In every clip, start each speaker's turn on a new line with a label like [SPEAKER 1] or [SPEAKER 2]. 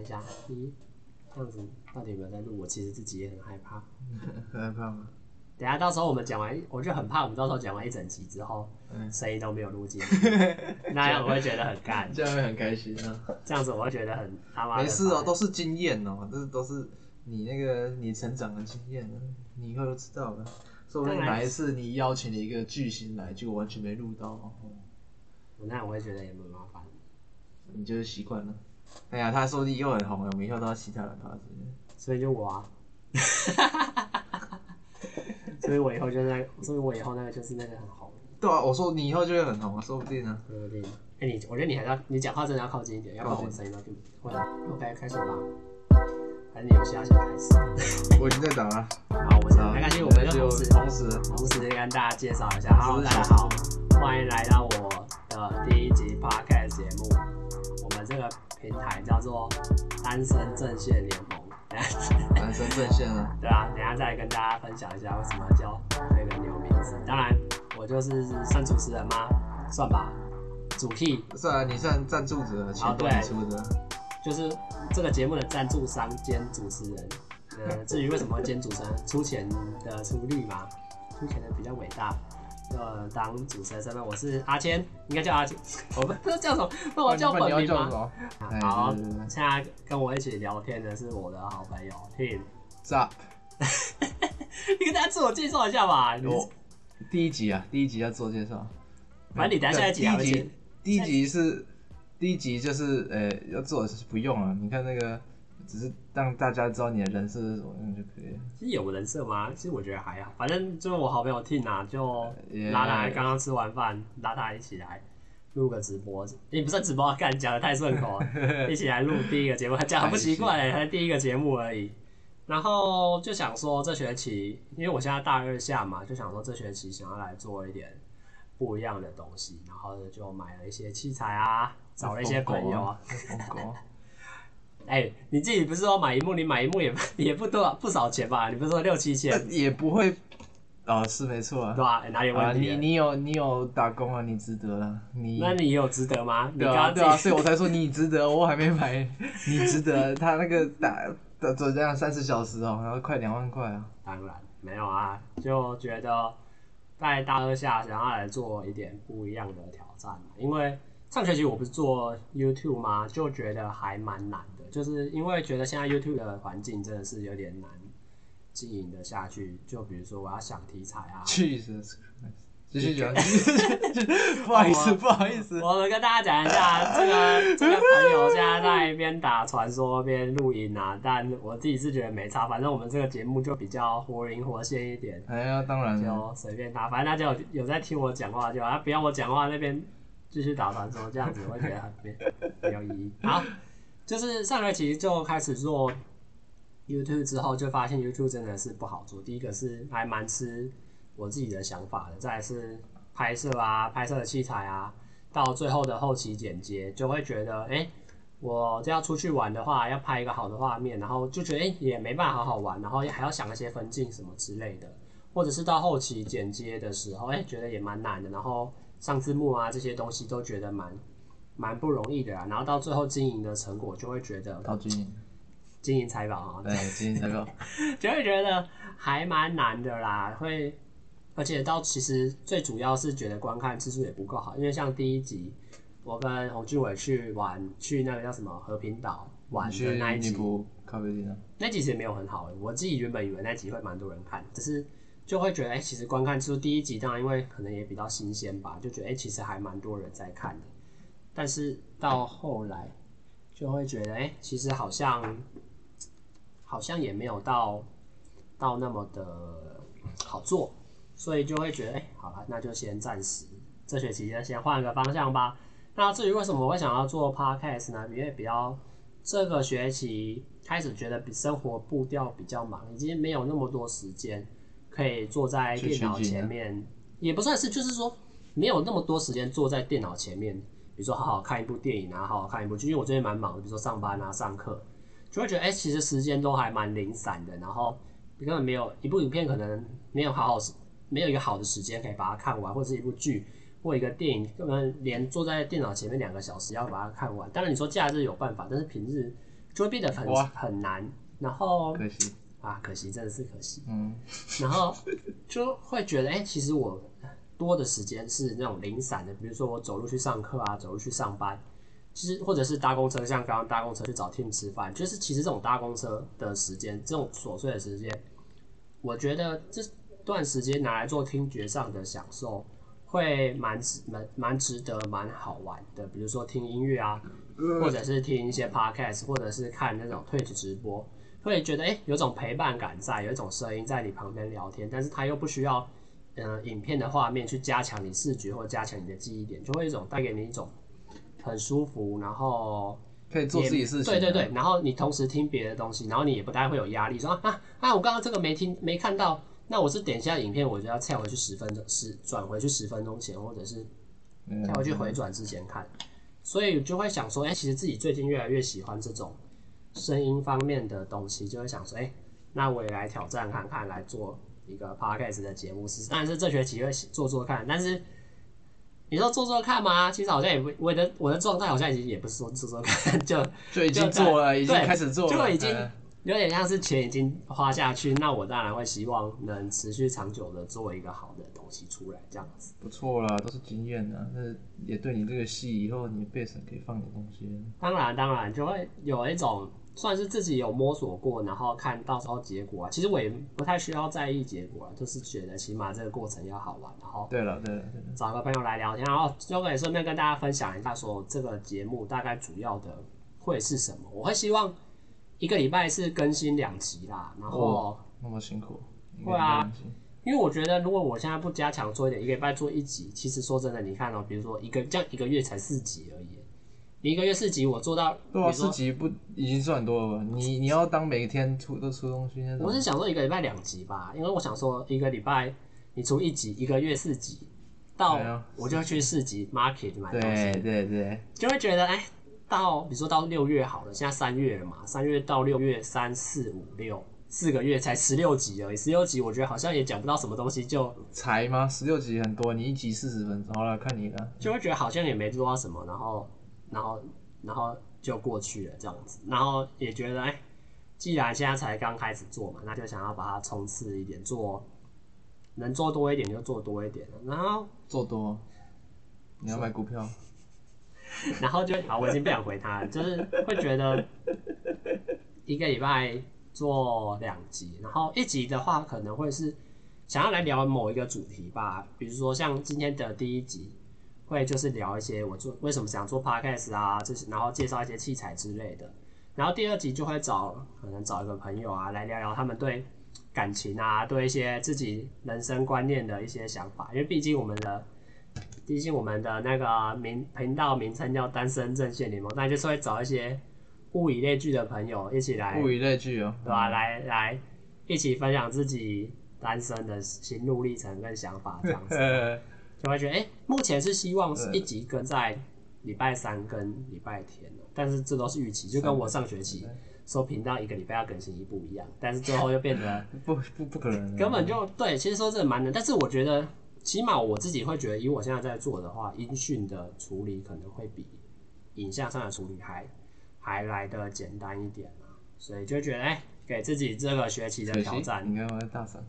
[SPEAKER 1] 一下，咦，这样子到底有没有在录？我其实自己也很害怕。
[SPEAKER 2] 很害怕吗？
[SPEAKER 1] 等一下到时候我们讲完，我就很怕我们到时候讲完一整集之后，
[SPEAKER 2] 嗯
[SPEAKER 1] 声音都没有录进 去，那样我会觉得很干。
[SPEAKER 2] 这样会很开心啊。
[SPEAKER 1] 这样子我会觉得很他妈的
[SPEAKER 2] 没事哦，
[SPEAKER 1] 烦
[SPEAKER 2] 都是经验哦，这都是你那个你成长的经验啊，你以后就知道了。说不定
[SPEAKER 1] 当然
[SPEAKER 2] 哪一次你邀请了一个巨星来，结果完全没录到，哦
[SPEAKER 1] 那样我会觉得也蛮麻烦。
[SPEAKER 2] 你就是习惯了。哎呀，他说不定以后很红，我们以后都要其他人他
[SPEAKER 1] 所以就 我啊，所以我以后就在，所以我以后那个就是那个很红，
[SPEAKER 2] 对啊，我说你以后就会很红啊，说不定啊。
[SPEAKER 1] 说不定。哎、你我觉得你还是要你讲话真的要靠近一点，要不然
[SPEAKER 2] 靠
[SPEAKER 1] 我
[SPEAKER 2] 近
[SPEAKER 1] 声音都听不会。OK，开始吧。还是你游戏要先开始？
[SPEAKER 2] 我已经在打了，
[SPEAKER 1] 好，我是
[SPEAKER 2] 啊
[SPEAKER 1] 没关系，我们就
[SPEAKER 2] 就
[SPEAKER 1] 同时
[SPEAKER 2] 同时
[SPEAKER 1] 同时跟大家介绍一下。Hello，大家好，欢迎来到我的第一集 Podcast 节目。我们这个平台叫做单身阵线联盟。
[SPEAKER 2] 男生阵线啊，
[SPEAKER 1] 对啊，等一下再跟大家分享一下为什么叫那个牛名字。当然，我就是算主持人吗？算吧。主 key
[SPEAKER 2] 算了，你算赞助者，钱都
[SPEAKER 1] 对
[SPEAKER 2] 你出的啊，
[SPEAKER 1] 就是这个节目的赞助商兼主持人。呃，至于为什么兼主持人，出钱的出力嘛，出钱的比较伟大。呃，当主持人身份，我是阿谦，应该叫阿谦，我不知道叫什么，那我叫
[SPEAKER 2] 不然
[SPEAKER 1] 本
[SPEAKER 2] 你
[SPEAKER 1] 名
[SPEAKER 2] 要叫什
[SPEAKER 1] 吗？
[SPEAKER 2] 么？哎
[SPEAKER 1] 好
[SPEAKER 2] 对对对对，
[SPEAKER 1] 现在跟我一起聊天的是我的好朋友 Tim，
[SPEAKER 2] 炸！
[SPEAKER 1] 你跟大家自我介绍一下吧。你
[SPEAKER 2] 我第一集啊，第一集要做介绍。
[SPEAKER 1] 反正你等一下下一集啊还会
[SPEAKER 2] 第一
[SPEAKER 1] 见
[SPEAKER 2] 集，第一集是第一集就是呃、要做是不用了，你看那个只是让大家知道你的人设是什么样就可以了。
[SPEAKER 1] 其实有人设吗？其实我觉得还好，反正就是我好朋友 Tin 啊，就
[SPEAKER 2] 也
[SPEAKER 1] 拉他刚刚吃完饭，拉他一起来录个直播，也、不算直播，干讲的太顺口了，一起来录第一个节目，讲得不习惯、欸，才第一个节目而已。然后就想说这学期，因为我现在大二下嘛，就想说这学期想要来做一点不一样的东西，然后就买了一些器材啊，找了一些 朋友啊，
[SPEAKER 2] 疯狗 啊，
[SPEAKER 1] 哎、你自己不是说买一幕，你买一幕也不也不多不少钱吧？你不是说六七千？
[SPEAKER 2] 但呃也不会啊，是没错
[SPEAKER 1] 对
[SPEAKER 2] 啊。
[SPEAKER 1] 吧、哎哪里有
[SPEAKER 2] 啊，
[SPEAKER 1] 问题
[SPEAKER 2] 你？你有你有打工啊，你值得了。你
[SPEAKER 1] 那你有值得吗？你
[SPEAKER 2] 对
[SPEAKER 1] 刚
[SPEAKER 2] 啊
[SPEAKER 1] 刚
[SPEAKER 2] 对
[SPEAKER 1] 自
[SPEAKER 2] 啊，
[SPEAKER 1] 己
[SPEAKER 2] 所以我才说你值得，我还没买，你值得。啊他那个打打走这样三十小时哦，然后快两万块啊。
[SPEAKER 1] 当然没有啊，就觉得在大二下想要来做一点不一样的挑战嘛，因为上学期我不是做 YouTube 吗？就觉得还蛮难的，就是因为觉得现在 YouTube 的环境真的是有点难经营的下去。就比如说我要想题材啊，
[SPEAKER 2] Jesus Christ！继续讲，继续讲 不好意思，不好意思。
[SPEAKER 1] 我们跟大家讲一下，这个这个朋友现在在一边打传说边录音啊，但我自己是觉得没差，反正我们这个节目就比较活灵活现一点，
[SPEAKER 2] 哎呀，当然了，
[SPEAKER 1] 就随便他，反正他就有有在听我讲话就好，他不要我讲话那边继续打传说，这样子我会觉得很没没有意义。好，就是上学期就开始做 YouTube 之后，就发现 YouTube 真的是不好做。第一个是还蛮吃我自己的想法的，再来是拍摄啊、拍摄的器材啊，到最后的后期剪接，就会觉得，哎、我这要出去玩的话，要拍一个好的画面，然后就觉得，哎、也没办法好好玩，然后还要想一些分镜什么之类的，或者是到后期剪接的时候，哎、觉得也蛮难的，然后上字幕啊这些东西都觉得蛮蛮不容易的啊啦，然后到最后经营的成果就会觉得
[SPEAKER 2] 陶军营，
[SPEAKER 1] 金银财宝啊，
[SPEAKER 2] 对，经营这 个，
[SPEAKER 1] 就会觉得还蛮难的啦，会，而且到其实最主要是觉得观看次数也不够好，因为像第一集我跟洪俊伟去玩去那个叫什么和平岛玩
[SPEAKER 2] 你
[SPEAKER 1] 的
[SPEAKER 2] 去
[SPEAKER 1] 那一
[SPEAKER 2] 尼
[SPEAKER 1] 集，
[SPEAKER 2] 泊咖啡店啊，
[SPEAKER 1] 那集其实没有很好、欸，我自己原本以为那集会蛮多人看，只是就会觉得哎、其实观看次数第一集当然因为可能也比较新鲜吧，就觉得哎、其实还蛮多人在看的，但是到后来就会觉得哎、其实好像好像也没有到到那么的好做，所以就会觉得，哎、好了，那就先暂时这学期先先换个方向吧。那至于为什么我会想要做 podcast 呢？因为比较这个学期开始觉得比生活步调比较忙，已经没有那么多时间可以坐在
[SPEAKER 2] 去
[SPEAKER 1] 电脑
[SPEAKER 2] 取景啊
[SPEAKER 1] 前面，也不算是，就是说没有那么多时间坐在电脑前面，比如说好好看一部电影啊，好好看一部剧，因为我最近蛮忙的，比如说上班啊、上课，就会觉得哎、其实时间都还蛮零散的，然后根本没有一部影片可能没有好好没有一个好的时间可以把它看完，或者是一部剧或一个电影，根本连坐在电脑前面两个小时要把它看完。当然你说假日有办法，但是平日就会变得很
[SPEAKER 2] 哇
[SPEAKER 1] 很难。然后
[SPEAKER 2] 可惜，
[SPEAKER 1] 啊，可惜，真的是可惜。
[SPEAKER 2] 嗯，
[SPEAKER 1] 然后就会觉得，哎、其实我多的时间是那种零散的，比如说我走路去上课啊，走路去上班，其实或者是搭公车，像刚刚搭公车去找 Tim 吃饭，就是其实这种搭公车的时间，这种琐碎的时间，我觉得这段时间拿来做听觉上的享受，会蛮值蛮蛮值得、蛮好玩的。比如说听音乐啊，或者是听一些 podcast，或者是看那种 Twitch 直播，会觉得哎、诶有种陪伴感在，有一种声音在你旁边聊天，但是它又不需要嗯、呃影片的画面去加强你视觉或加强你的记忆点，就会有一种带给你一种很舒服，然后
[SPEAKER 2] 可以做自己事情、啊
[SPEAKER 1] 对对对，，然后你同时听别的东西，然后你也不太会有压力，说啊啊啊，我刚刚这个没听没看到，那我是点一下影片，我就要跳回去十分钟，十转回去十分钟前，或者是
[SPEAKER 2] 嗯
[SPEAKER 1] 跳回去回转之前看，所以就会想说，哎、其实自己最近越来越喜欢这种声音方面的东西，就会想说，哎、那我也来挑战看看，来做一个 podcast 的节目试试。但是这学期会做做看，但是你说做做看吗？其实好像也不，我的我的状态好像已经也不是说做做看， 就
[SPEAKER 2] 就已经做了，
[SPEAKER 1] 就
[SPEAKER 2] 已经
[SPEAKER 1] 对
[SPEAKER 2] 开始做了，
[SPEAKER 1] 就已经
[SPEAKER 2] 嗯
[SPEAKER 1] 有点像是钱已经花下去，那我当然会希望能持续长久的做一个好的东西出来，这样子。
[SPEAKER 2] 不错啦，都是经验啊，那也对你这个戏以后你背审可以放点东西。啊
[SPEAKER 1] 当然，当然就会有一种算是自己有摸索过，然后看到时候结果、啊。其实我也不太需要在意结果、啊，就是觉得起码这个过程要好玩，啊然后
[SPEAKER 2] 对了对了对了，
[SPEAKER 1] 找个朋友来聊天，然后就可以顺便跟大家分享一下说这个节目大概主要的会是什么。我会希望一个礼拜是更新两集啦，然后
[SPEAKER 2] 哦那么辛苦，
[SPEAKER 1] 会啊因为我觉得如果我现在不加强做一点，一个礼拜做一集，其实说真的，你看哦、比如说一个这样一个月才四集而已。你一个月四集，我做到，
[SPEAKER 2] 对
[SPEAKER 1] 比
[SPEAKER 2] 啊，
[SPEAKER 1] 如说
[SPEAKER 2] 四集不已经算很多了吧？你你要当每天出都出东西那
[SPEAKER 1] 我
[SPEAKER 2] 种，
[SPEAKER 1] 是想说一个礼拜两集吧，因为我想说一个礼拜你除一集，一个月四集，到
[SPEAKER 2] 哎呀
[SPEAKER 1] 我就去市集 market 买东
[SPEAKER 2] 对
[SPEAKER 1] 西，
[SPEAKER 2] 对对，
[SPEAKER 1] 就会觉得哎，到比如说到六月好了，现在三月了嘛，三月到六月三四五六四个月才十六集而已，十六集我觉得好像也讲不到什么东西，就
[SPEAKER 2] 才吗？十六集很多，你一集四十分钟，好了，看你的。
[SPEAKER 1] 就会觉得好像也没做到什么，然后然后然后就过去了这样子，然后也觉得哎，既然现在才刚开始做嘛，那就想要把它冲刺一点，做能做多一点就做多一点，然后
[SPEAKER 2] 做多，你要买股票，
[SPEAKER 1] 然后就好，我已经不想回他了，就是会觉得一个礼拜做两集，然后一集的话可能会是想要来聊某一个主题吧，比如说像今天的第一集会就是聊一些我做为什么想做 podcast 啊，就是然后介绍一些器材之类的，然后第二集就会找可能找一个朋友啊来聊聊他们对感情啊，对一些自己人生观念的一些想法，因为毕竟我们的。毕竟我们的那个名频道名称叫“单身阵线联盟”，那就是会找一些物以类聚的朋友一起来
[SPEAKER 2] 物以类聚哦。
[SPEAKER 1] 对吧、来来一起分享自己单身的心路历程跟想法，这样 子
[SPEAKER 2] 呃，
[SPEAKER 1] 就会觉得，哎、目前是希望是一集跟在礼拜三跟礼拜天哦但是这都是预期，就跟我上学期说频道一个礼拜要更新一部一样，但是最后又变得。
[SPEAKER 2] 不不不可能，啊
[SPEAKER 1] 根本就对，其实说真的蛮难，但是我觉得起码我自己会觉得，以我现在在做的话，音讯的处理可能会比影像上的处理还还来的简单一点啊，所以就觉得哎、给自己这个学期的
[SPEAKER 2] 可惜
[SPEAKER 1] 挑战，
[SPEAKER 2] 你看我在大 神，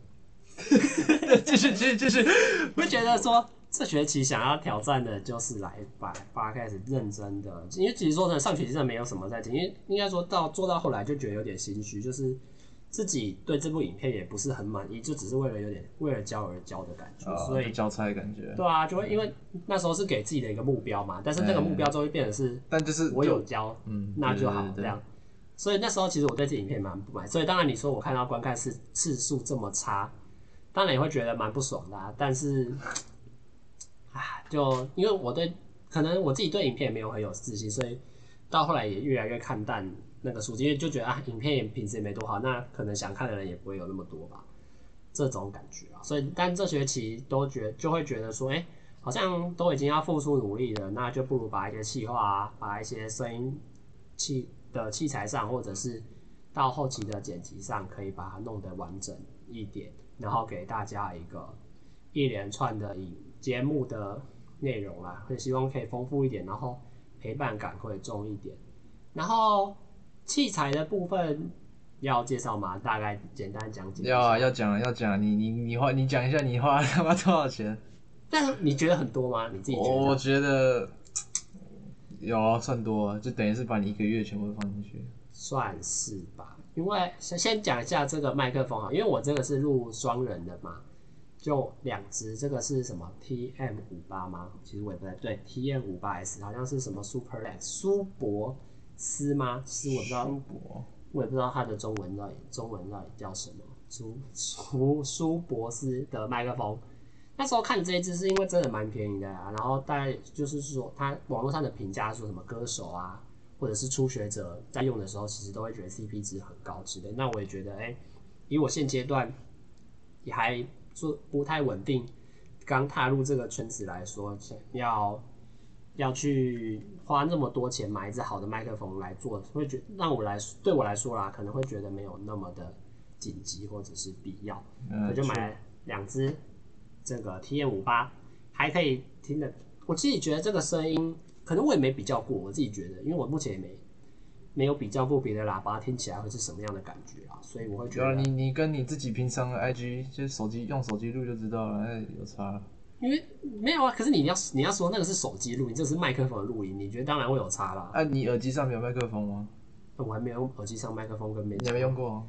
[SPEAKER 2] 继续继续继续，
[SPEAKER 1] 会觉得说这学期想要挑战的就是来把把开始认真的，因为其实说真的，上学期真的没有什么在听，因为应该说到做到后来就觉得有点心虚，就是。自己对这部影片也不是很满意，就只是为了有点为了教而教的感觉，
[SPEAKER 2] 哦
[SPEAKER 1] 所以
[SPEAKER 2] 就交差的感觉，
[SPEAKER 1] 对啊，就会因为那时候是给自己的一个目标嘛，但是那个目标就会变成是
[SPEAKER 2] 但就是
[SPEAKER 1] 我
[SPEAKER 2] 就
[SPEAKER 1] 有交，
[SPEAKER 2] 嗯
[SPEAKER 1] 那就好
[SPEAKER 2] 对对对
[SPEAKER 1] 这样。所以那时候其实我对这影片蛮不满，所以当然你说我看到观看次次数这么差，当然也会觉得蛮不爽的、啊。但是，啊，就因为我对可能我自己对影片也没有很有自信，所以到后来也越来越看淡那个数字，因为就觉得啊，影片也品质也没多好，那可能想看的人也不会有那么多吧，这种感觉啊。所以，但这学期都觉就会觉得说，哎、好像都已经要付出努力了，那就不如把一些气化啊，把一些声音器的器材上，或者是到后期的剪辑上，可以把它弄得完整一点，然后给大家一个一连串的以节目的内容啦，会希望可以丰富一点，然后陪伴感会重一点。然后器材的部分要介绍吗？大概简单讲解一下。
[SPEAKER 2] 要啊，要讲啊要讲啊，你你你花你讲一下你花 他妈多少钱？
[SPEAKER 1] 但是你觉得很多吗？你自己觉
[SPEAKER 2] 我我
[SPEAKER 1] 得？
[SPEAKER 2] 觉得有啊算多啊，就等于是把你一个月全部放进去。
[SPEAKER 1] 算是吧，因为先先讲一下这个麦克风啊哈，因为我这个是录双人的嘛，就两只，这个是什么 TM 五八吗？其实我也不太对，TM 五八 S 好像是什么 Superlex 苏博斯吗？其实我不知道
[SPEAKER 2] 舒哦博，
[SPEAKER 1] 我也不知道它的中文到底中文到底叫什么，苏苏苏博斯的麦克风。那时候看这一支是因为真的蛮便宜的啊，然后大概就是说，它网络上的评价说什么歌手啊，或者是初学者在用的时候，其实都会觉得 CP 值很高之类。那我也觉得，哎、以我现阶段也还做不太稳定，刚踏入这个圈子来说，想要要去花那么多钱买一支好的麦克风来做，会觉让我来对我来说啦，可能会觉得没有那么的紧急或者是必要，
[SPEAKER 2] 嗯
[SPEAKER 1] 我就买了两支这个 T M 五八，还可以听的。我自己觉得这个声音，可能我也没比较过，我自己觉得，因为我目前也没没有比较过别的喇叭听起来会是什么样的感觉啊，所以我会觉
[SPEAKER 2] 有啊，
[SPEAKER 1] 得
[SPEAKER 2] 你你跟你自己平常的 IG 就手机用手机录就知道了，那有差了。
[SPEAKER 1] 因为没有啊，可是你要你要说那个是手机录音，这是麦克风的录音，你觉得当然会有差啦。
[SPEAKER 2] 啊，你耳机上没有麦克风吗？
[SPEAKER 1] 我还没有用耳机上麦克风跟没
[SPEAKER 2] 你还没用过？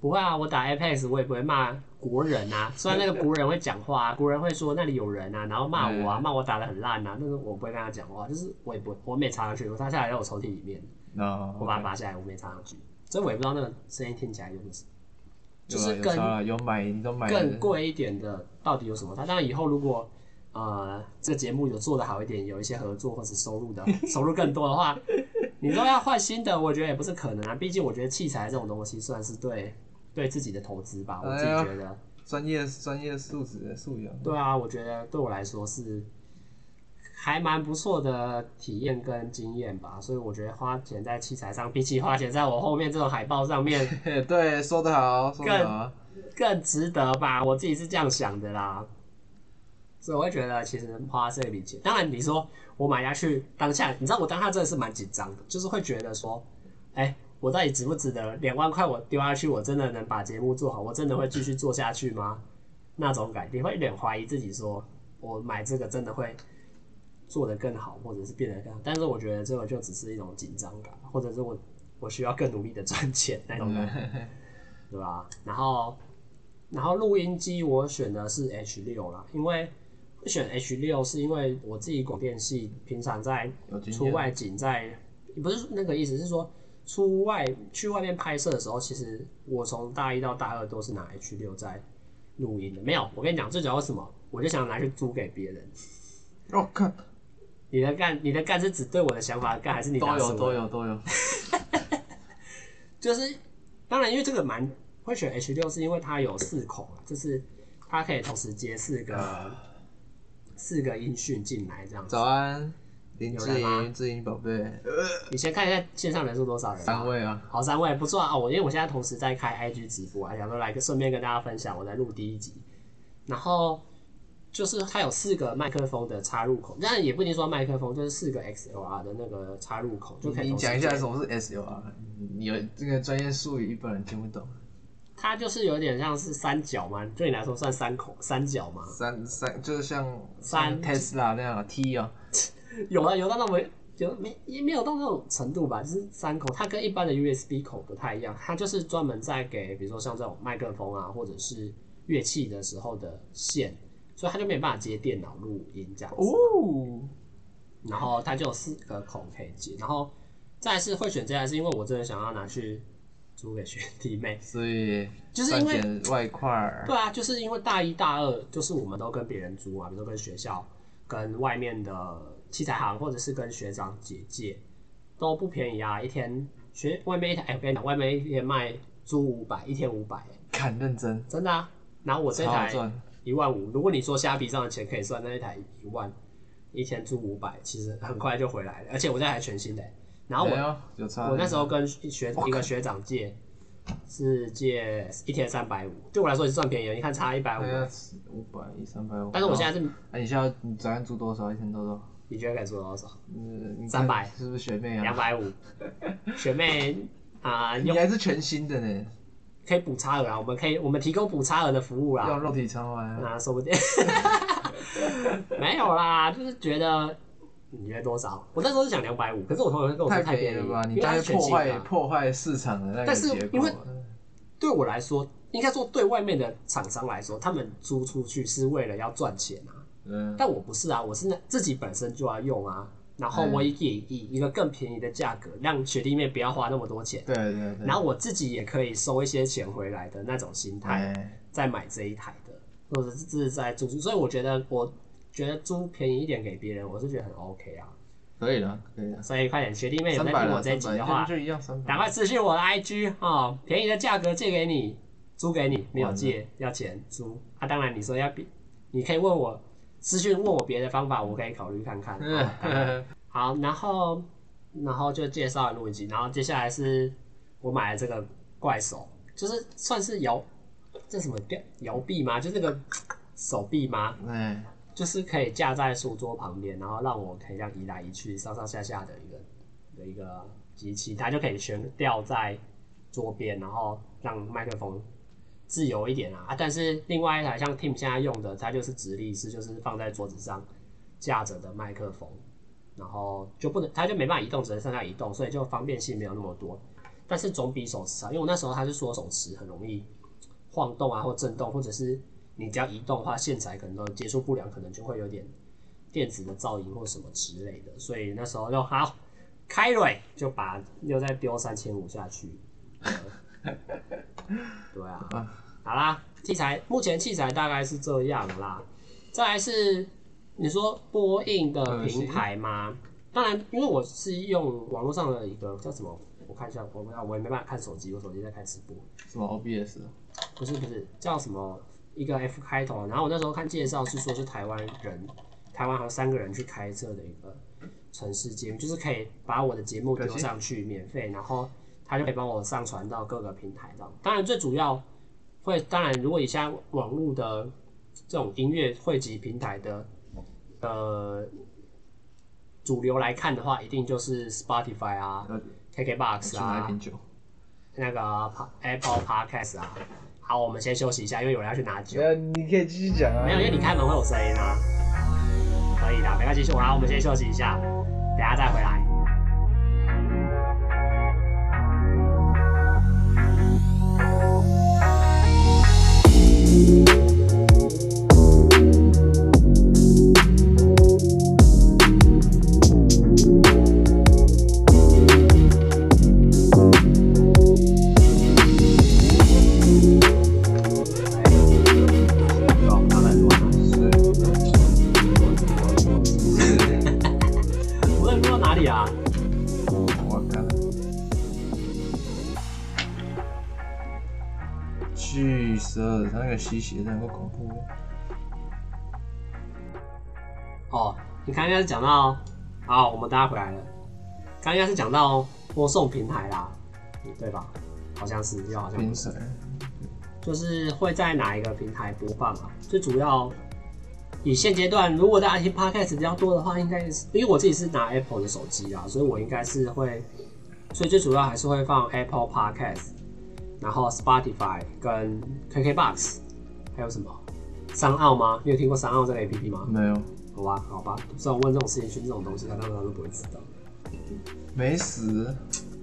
[SPEAKER 1] 不会啊，我打 Apex 我也不会骂国人啊，虽然那个国人会讲话啊，国人会说那里有人啊，然后骂我啊，骂我打的很烂啊，但是我不会跟他讲话，就是我也不我没插上去，我插下来在我抽屉里面，
[SPEAKER 2] 那
[SPEAKER 1] 我把它拔下来，我没插上去，所以我也不知道那个声音听起来有没有，就是
[SPEAKER 2] 有
[SPEAKER 1] 跟
[SPEAKER 2] 啊有买，你都买了
[SPEAKER 1] 更贵一点的到底有什么？它当然以后如果呃这节目有做的好一点，有一些合作或者收入的收入更多的话，你都要换新的，我觉得也不是可能啊。毕竟我觉得器材这种东西算是对对自己的投资吧，我自己
[SPEAKER 2] 哎呀
[SPEAKER 1] 觉得。
[SPEAKER 2] 专业专业素质素养。
[SPEAKER 1] 对啊，我觉得对我来说是还蛮不错的体验跟经验吧，所以我觉得花钱在器材上，比起花钱在我后面这种海报上面
[SPEAKER 2] 嘿对，说得好，说得好。
[SPEAKER 1] 更值得吧，我自己是这样想的啦。所以我会觉得，其实花这笔钱，当然你说我买下去当下，你知道我当下真的是蛮紧张的，就是会觉得说，哎、我到底值不值得？两万块我丢下去，我真的能把节目做好？我真的会继续做下去吗？那种感觉，你会有点怀疑自己说我买这个真的会做得更好，或者是变得更好。但是我觉得这个就只是一种紧张感，或者是我我需要更努力的赚钱
[SPEAKER 2] 哎
[SPEAKER 1] 那种感觉，对吧？然后然后录音机我选的是 H 六啦，因为会选 H 六是因为我自己广电系平常在
[SPEAKER 2] 有经验
[SPEAKER 1] 出外景在，不是那个意思是说出外去外面拍摄的时候，其实我从大一到大二都是拿 H 六在录音的。没有，我跟你讲，最主要是什么？我就想拿去租给别人。
[SPEAKER 2] 我哦看
[SPEAKER 1] 你的干，你的干是只对我的想法干，还是你
[SPEAKER 2] 都
[SPEAKER 1] 拿什
[SPEAKER 2] 有
[SPEAKER 1] 么
[SPEAKER 2] 都有都有。
[SPEAKER 1] 就是当然，因为这个蛮会选 H 六，是因为它有四孔啊，就是它可以同时接四个四个音讯进来这样子。
[SPEAKER 2] 早安，林
[SPEAKER 1] 有
[SPEAKER 2] 志
[SPEAKER 1] 来吗
[SPEAKER 2] 颖，志颖宝贝，
[SPEAKER 1] 你先看一下线上人数多少人、啊
[SPEAKER 2] 三。位啊，
[SPEAKER 1] 好，三位不错啊！我因为我现在同时在开 IG 直播啊，想说来个顺便跟大家分享我在录第一集，然后就是它有四个麦克风的插入口，但也不一定说麦克风，就是四个 XLR 的那个插入口就可以
[SPEAKER 2] 你
[SPEAKER 1] 同时
[SPEAKER 2] 讲一
[SPEAKER 1] 接
[SPEAKER 2] 下什么是 SLR，你你有这个专业术语，一般人听不懂。
[SPEAKER 1] 它就是有点像是三角嘛，对你来说算三口三角吗？
[SPEAKER 2] 三三就是像
[SPEAKER 1] 三
[SPEAKER 2] 像 Tesla 那样啊 T 啊，
[SPEAKER 1] 有啊，有到那么有没也没有到那种程度吧，就是三口，它跟一般的 USB 口不太一样，它就是专门在给比如说像这种麦克风啊，或者是乐器的时候的线，所以它就没办法接电脑录音这样子。
[SPEAKER 2] 哦，
[SPEAKER 1] 然后它就有四个孔可以接，然后再来是会选这台，是因为我真的想要拿去租给学弟妹，
[SPEAKER 2] 所以
[SPEAKER 1] 就是
[SPEAKER 2] 赚
[SPEAKER 1] 因为
[SPEAKER 2] 点外快儿，
[SPEAKER 1] 对啊，就是因为大一、大二，就是我们都跟别人租啊，比如说跟学校、跟外面的器材行，或者是跟学长姐借，都不便宜啊。一天学外面一台，哎、我跟你讲，外面一天卖租五百，一天五百、欸
[SPEAKER 2] 看认真，
[SPEAKER 1] 真的啊。然后我这
[SPEAKER 2] 超好
[SPEAKER 1] 台
[SPEAKER 2] 赚。
[SPEAKER 1] 一万五，如果你说虾皮上的钱可以算，那一台一万，一天租五百，其实很快就回来了。而且我这台全新的、欸然后我
[SPEAKER 2] 哎呦有差，
[SPEAKER 1] 我那时候跟学一个学长借，是借一天三百五，对我来说也是算便宜了。你看差一百五
[SPEAKER 2] 大，概五百一三百五，
[SPEAKER 1] 但是我现在是，
[SPEAKER 2] 在，哎，你现在你早上租多少？一天多少？
[SPEAKER 1] 你觉得可以做多少？
[SPEAKER 2] 嗯，你看
[SPEAKER 1] 300
[SPEAKER 2] 是不是学妹 啊？
[SPEAKER 1] 两百五，学妹啊、
[SPEAKER 2] 你
[SPEAKER 1] 用
[SPEAKER 2] 还是全新的呢，
[SPEAKER 1] 可以补差额啊，我们可以我们提供补差额的服务啦。
[SPEAKER 2] 用肉体啊偿还。
[SPEAKER 1] 那说不定 没有啦，就是觉得你觉得多少？我那时候是想两百五，可是我同学跟我说
[SPEAKER 2] 太
[SPEAKER 1] 太
[SPEAKER 2] 便宜
[SPEAKER 1] 便宜
[SPEAKER 2] 了吧！
[SPEAKER 1] 因
[SPEAKER 2] 你
[SPEAKER 1] 为它
[SPEAKER 2] 大概
[SPEAKER 1] 是全
[SPEAKER 2] 破
[SPEAKER 1] 新的
[SPEAKER 2] 坏
[SPEAKER 1] 啊。
[SPEAKER 2] 破坏市场的那个
[SPEAKER 1] 但是
[SPEAKER 2] 结构
[SPEAKER 1] 因
[SPEAKER 2] 啊
[SPEAKER 1] 为
[SPEAKER 2] 了。
[SPEAKER 1] 对我来说，应该说对外面的厂商来说，他们租出去是为了要赚钱啊。
[SPEAKER 2] 嗯，
[SPEAKER 1] 但我不是啊，我是那自己本身就要用啊，然后我也以一个更便宜的价格，让学弟妹不要花那么多钱，
[SPEAKER 2] 对对对。
[SPEAKER 1] 然后我自己也可以收一些钱回来的那种心态。
[SPEAKER 2] 哎，
[SPEAKER 1] 再买这一台的，或者是是在租，所以我觉得我觉得租便宜一点给别人，我是觉得很 OK 啊。
[SPEAKER 2] 可以了，可以了。
[SPEAKER 1] 所以快点，学弟妹有
[SPEAKER 2] 三
[SPEAKER 1] 在
[SPEAKER 2] 百
[SPEAKER 1] 听我
[SPEAKER 2] 了，
[SPEAKER 1] 这一
[SPEAKER 2] 三
[SPEAKER 1] 集
[SPEAKER 2] 百
[SPEAKER 1] 的话，
[SPEAKER 2] 就一样三
[SPEAKER 1] 赶
[SPEAKER 2] 百。
[SPEAKER 1] 快私信我的 IG 哦，便宜的价格借给你，租给你，没有借
[SPEAKER 2] 嗯
[SPEAKER 1] 要钱租。啊，当然你说要比，你可以问我私信问我别的方法，我可以考虑看看。哦当然
[SPEAKER 2] 嗯
[SPEAKER 1] 好，然后然后就介绍了录音机，然后接下来是我买了这个怪手，就是算是摇这什么吊摇臂吗？就那个手臂吗？
[SPEAKER 2] 哎，
[SPEAKER 1] 就是可以架在书桌旁边，然后让我可以让移来移去、上上下下的一个的一个机器，它就可以悬吊在桌边，然后让麦克风自由一点啊。啊但是另外一台像 Tim 现在用的，它就是直立式，就是放在桌子上架着的麦克风，然后就不能，它就没办法移动，只能上下移动，所以就方便性没有那么多。但是总比手持啊，因为我那时候它是说手持很容易晃动啊，或震动，或者是你只要移动的话，线材可能都接触不良，可能就会有点电子的噪音或什么之类的。所以那时候就好，开蕊就把又再丢三千五下去。呃对啊，好啦，器材目前器材大概是这样啦。再来是你说播映的平台吗？当然，因为我是用网络上的一个叫什么，我看一下，我我也没办法看手机，我手机在看直播。
[SPEAKER 2] 什么 OBS？
[SPEAKER 1] 不是不是叫什么一个 F 开头，然后我那时候看介绍是说是台湾人，台湾还有三个人去开设的一个城市节目，就是可以把我的节目丢上去免费，然后他就可以帮我上传到各个平台上。当然最主要会，当然如果以现在网络的这种音乐汇集平台的呃主流来看的话，一定就是 Spotify 啊、
[SPEAKER 2] 要
[SPEAKER 1] KKBox
[SPEAKER 2] 出
[SPEAKER 1] 啊
[SPEAKER 2] 来一，瓶酒。
[SPEAKER 1] 那个 Pa- Apple Podcast 啊。好，我们先休息一下，因为有人要去拿酒。
[SPEAKER 2] 有，你可以继续讲啊
[SPEAKER 1] 没有，因为你开门会有声音啊。可以的，没关系。好，我们先休息一下，等下再回来。
[SPEAKER 2] 是，
[SPEAKER 1] 无论录到哪里啊？
[SPEAKER 2] 我看了。巨蛇，他那个吸血真的够恐怖的。
[SPEAKER 1] 哦，你刚刚是讲到，好，我们大家回来了。刚刚是讲到播送平台啦，对吧？好像是，又好像
[SPEAKER 2] 冰
[SPEAKER 1] 不是
[SPEAKER 2] 水，
[SPEAKER 1] 就是会在哪一个平台播放啊？最主要以现阶段，如果大家听 podcast 比较多的话，应该是因为我自己是拿 Apple 的手机啦，所以我应该是会，所以最主要还是会放 Apple Podcast，然后 Spotify 跟 KKBox，还有什么商奥吗？你有听过商奥这个 APP 吗？
[SPEAKER 2] 没有，
[SPEAKER 1] 好吧，好吧，虽然我问这种事情去这种东西，他当然都不会知道。
[SPEAKER 2] 没死。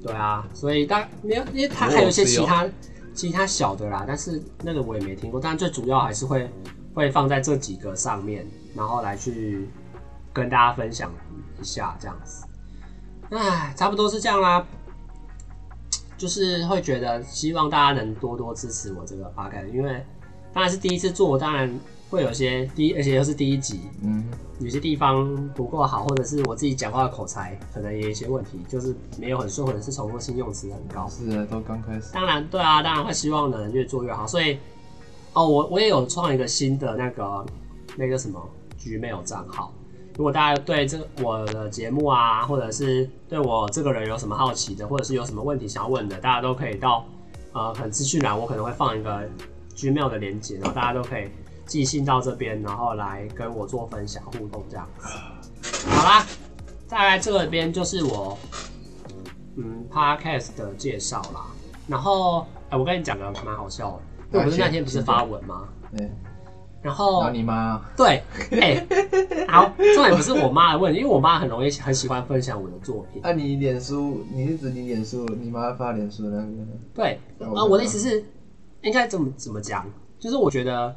[SPEAKER 1] 对啊，所以大没有，因为它还有一些其他其他小的啦，但是那个我也没听过。但最主要还是会会放在这几个上面，然后来去跟大家分享一下这样子。唉，差不多是这样啦。就是会觉得希望大家能多多支持我这个 p o d 因为当然是第一次做，当然会有些第一，而且又是第一集，
[SPEAKER 2] 嗯，
[SPEAKER 1] 有些地方不够好，或者是我自己讲话的口才可能也有一些问题，就是没有很顺，或者是重复性用词很高。
[SPEAKER 2] 是啊，都刚开始。
[SPEAKER 1] 当然，对啊，当然会希望能越做越好。所以，哦，我我也有创一个新的那个那个什么 Gmail 账号。如果大家对这我的节目啊，或者是对我这个人有什么好奇的，或者是有什么问题想要问的，大家都可以到呃，很资讯栏我可能会放一个 Gmail 的连接，然后大家都可以寄信到这边，然后来跟我做分享互动这样子。好啦，大概这边就是我嗯 podcast 的介绍啦。然后，哎、我跟你讲个蛮好笑的，因为我不是那天不是发文吗？
[SPEAKER 2] 对，
[SPEAKER 1] 然
[SPEAKER 2] 然后
[SPEAKER 1] 后
[SPEAKER 2] 哎你妈
[SPEAKER 1] 对，哎、好，重点不是我妈的问题，因为我妈很容易很喜欢分享我的作品。
[SPEAKER 2] 啊，你脸书，你是指你脸书，你妈发脸书那个？
[SPEAKER 1] 对，
[SPEAKER 2] 那
[SPEAKER 1] 啊，我的意思是，应该怎么怎么讲？就是我觉得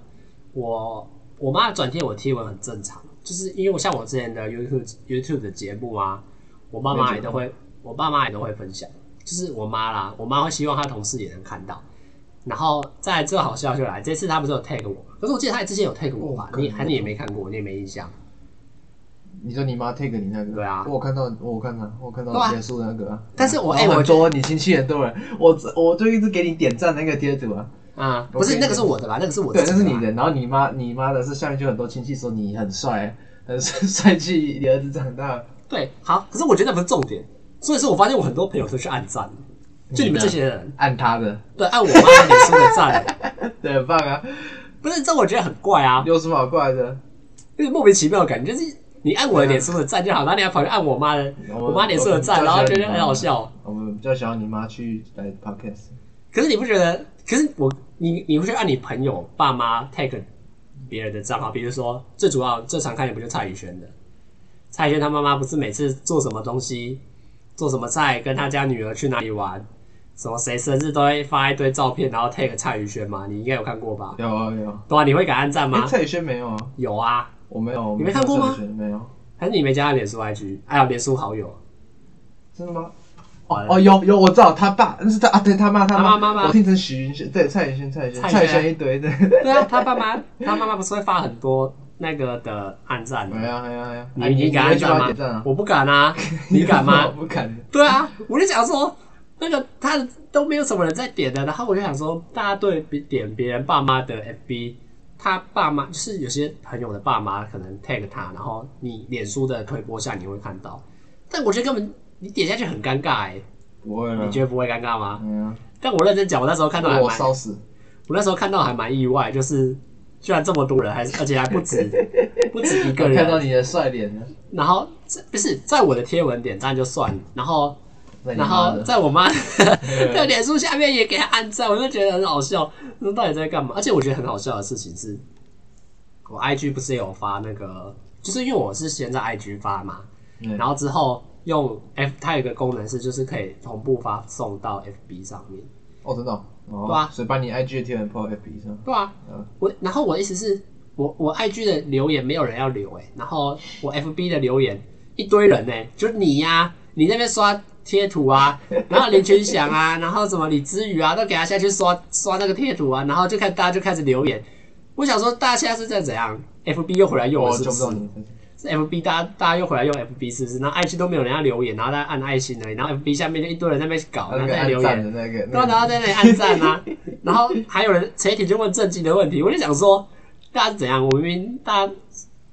[SPEAKER 1] 我我妈转贴我贴文很正常，就是因为我像我之前的 YouTube YouTube 的节目啊，我爸妈也都会，我爸妈也都会分享，就是我妈啦，我妈会希望她同事也能看到。然后再来最好笑就来，这次她不是有 tag 我，可是我记得她之前有 tag 我吧？
[SPEAKER 2] 哦
[SPEAKER 1] 你还是你也没看过，你也没印象。
[SPEAKER 2] 你说你妈 take 你那个？
[SPEAKER 1] 对啊
[SPEAKER 2] 我有看到，我有看到，我有看
[SPEAKER 1] 对啊
[SPEAKER 2] 到脸书那个啊。
[SPEAKER 1] 但是我哎
[SPEAKER 2] 然后
[SPEAKER 1] 我
[SPEAKER 2] 很
[SPEAKER 1] 觉
[SPEAKER 2] 多你亲戚很多人，我我就一直给你点赞那个贴图啊。
[SPEAKER 1] 啊、
[SPEAKER 2] 我
[SPEAKER 1] 不是
[SPEAKER 2] 跟你
[SPEAKER 1] 那个是我的啦，那个是我
[SPEAKER 2] 对，
[SPEAKER 1] 自
[SPEAKER 2] 那
[SPEAKER 1] 己
[SPEAKER 2] 是
[SPEAKER 1] 啦
[SPEAKER 2] 你的。然后你妈你妈的是下面就很多亲戚说你很帅， 很帅气，你儿子长大了。
[SPEAKER 1] 对，好，可是我觉得那不是重点，所以说我发现我很多朋友都去暗赞，就你们这些人，
[SPEAKER 2] 按他的，
[SPEAKER 1] 对，按我妈脸书的 赞，
[SPEAKER 2] 对，很棒啊，
[SPEAKER 1] 不是这我觉得很怪啊，
[SPEAKER 2] 有什么好怪的？
[SPEAKER 1] 有点莫名其妙的感觉，就是你按我的脸书的赞就好，然后你还跑去按我妈的，我妈脸书的赞，然后觉得很好笑。
[SPEAKER 2] 我们比较想要你妈去来 podcast，
[SPEAKER 1] 可是你不觉得？可是我你你会去按你朋友爸妈 tag 别人的账号，比如说最主要最常看的不就蔡宇轩的？蔡宇轩他妈妈不是每次做什么东西，做什么菜，跟他家女儿去哪里玩，什么谁生日都会发一堆照片，然后 tag 蔡宇轩嘛？你应该有看过吧？
[SPEAKER 2] 有啊有。
[SPEAKER 1] 对啊，你会给他按赞
[SPEAKER 2] 哎，
[SPEAKER 1] 吗？
[SPEAKER 2] 蔡宇轩没有啊，
[SPEAKER 1] 有啊，
[SPEAKER 2] 我没有，
[SPEAKER 1] 你没看过吗
[SPEAKER 2] 蔡宇轩没有，
[SPEAKER 1] 还是你没加他脸书 IG？哎呀，脸书好友，
[SPEAKER 2] 真的吗？哦哦，有有，我知道他爸，那是他啊，对他妈他
[SPEAKER 1] 他妈妈妈
[SPEAKER 2] 我听成许云轩，对蔡宇轩蔡宇轩
[SPEAKER 1] 蔡宇轩
[SPEAKER 2] 蔡宇轩一堆 对，
[SPEAKER 1] 对啊，他爸妈他妈妈不是会发很多那个的暗赞吗
[SPEAKER 2] 哎？呀哎呀哎呀，
[SPEAKER 1] 你
[SPEAKER 2] 哎
[SPEAKER 1] 你敢
[SPEAKER 2] 会
[SPEAKER 1] 按
[SPEAKER 2] 去
[SPEAKER 1] 赞
[SPEAKER 2] 帮他
[SPEAKER 1] 吗
[SPEAKER 2] 点赞啊？
[SPEAKER 1] 我不敢啊， 你敢
[SPEAKER 2] 我
[SPEAKER 1] 吗？
[SPEAKER 2] 不敢，
[SPEAKER 1] 对啊，我就想说，那个他都没有什么人在点的，然后我就想说，大家对比点别人爸妈的 FB，他爸妈就是有些朋友的爸妈可能 tag 他，然后你脸书的推播下你会看到，但我觉得根本你点下去很尴尬哎、
[SPEAKER 2] 不会
[SPEAKER 1] 你
[SPEAKER 2] 了，
[SPEAKER 1] 觉得不会哎尴尬吗？
[SPEAKER 2] 嗯啊，
[SPEAKER 1] 但我认真讲，我那时候看到还
[SPEAKER 2] 嗯我
[SPEAKER 1] 蛮，
[SPEAKER 2] 烧死，
[SPEAKER 1] 我那时候看到还蛮意外，就是居然这么多人，还是而且还不止不止一个
[SPEAKER 2] 我
[SPEAKER 1] 人，
[SPEAKER 2] 看到你的帅脸了，
[SPEAKER 1] 然后这不是在我的贴文点赞就算了，然后
[SPEAKER 2] 在你
[SPEAKER 1] 然
[SPEAKER 2] 妈
[SPEAKER 1] 后
[SPEAKER 2] 的
[SPEAKER 1] 在我妈
[SPEAKER 2] 对
[SPEAKER 1] 的脸书下面也给她按赞，我就觉得很好笑，那到底在干嘛？而且我觉得很好笑的事情是，我 IG 不是也有发那个，就是因为我是先在 IG 发嘛，
[SPEAKER 2] 嗯
[SPEAKER 1] 然后之后用 F 它有一个功能是就是可以同步发送到 FB 上面，
[SPEAKER 2] 哦真的哦，哦
[SPEAKER 1] 对啊
[SPEAKER 2] 所以把你 IG 的贴文 po FB 上，
[SPEAKER 1] 对啊
[SPEAKER 2] 嗯，
[SPEAKER 1] 我然后我的意思是我我 IG 的留言没有人要留哎、欸然后我 FB 的留言一堆人呢、欸就是你呀、你那边刷贴图 啊，然后林群祥啊，然后什么李之宇啊，都给他下去刷刷那个贴图啊，然后就看大家就开始留言。我想说，大家现在是在怎样？FB 又回来用了
[SPEAKER 2] 我
[SPEAKER 1] 是
[SPEAKER 2] 救哦
[SPEAKER 1] 不
[SPEAKER 2] 不
[SPEAKER 1] 是
[SPEAKER 2] 到？你，
[SPEAKER 1] 是 FB 大家大家又回来用 FB 是不是？然后 IG 都没有人要留言，然后大家按爱心而已，然后 FB 下面就一堆人在那边搞，
[SPEAKER 2] 那
[SPEAKER 1] 然后
[SPEAKER 2] 个
[SPEAKER 1] 在那边
[SPEAKER 2] 按
[SPEAKER 1] 留言
[SPEAKER 2] 赞的。那个，
[SPEAKER 1] 对啊，然后在那里按赞啊，然后还有人前一天就问正经的问题，我就想说，大家是怎样？我明明大家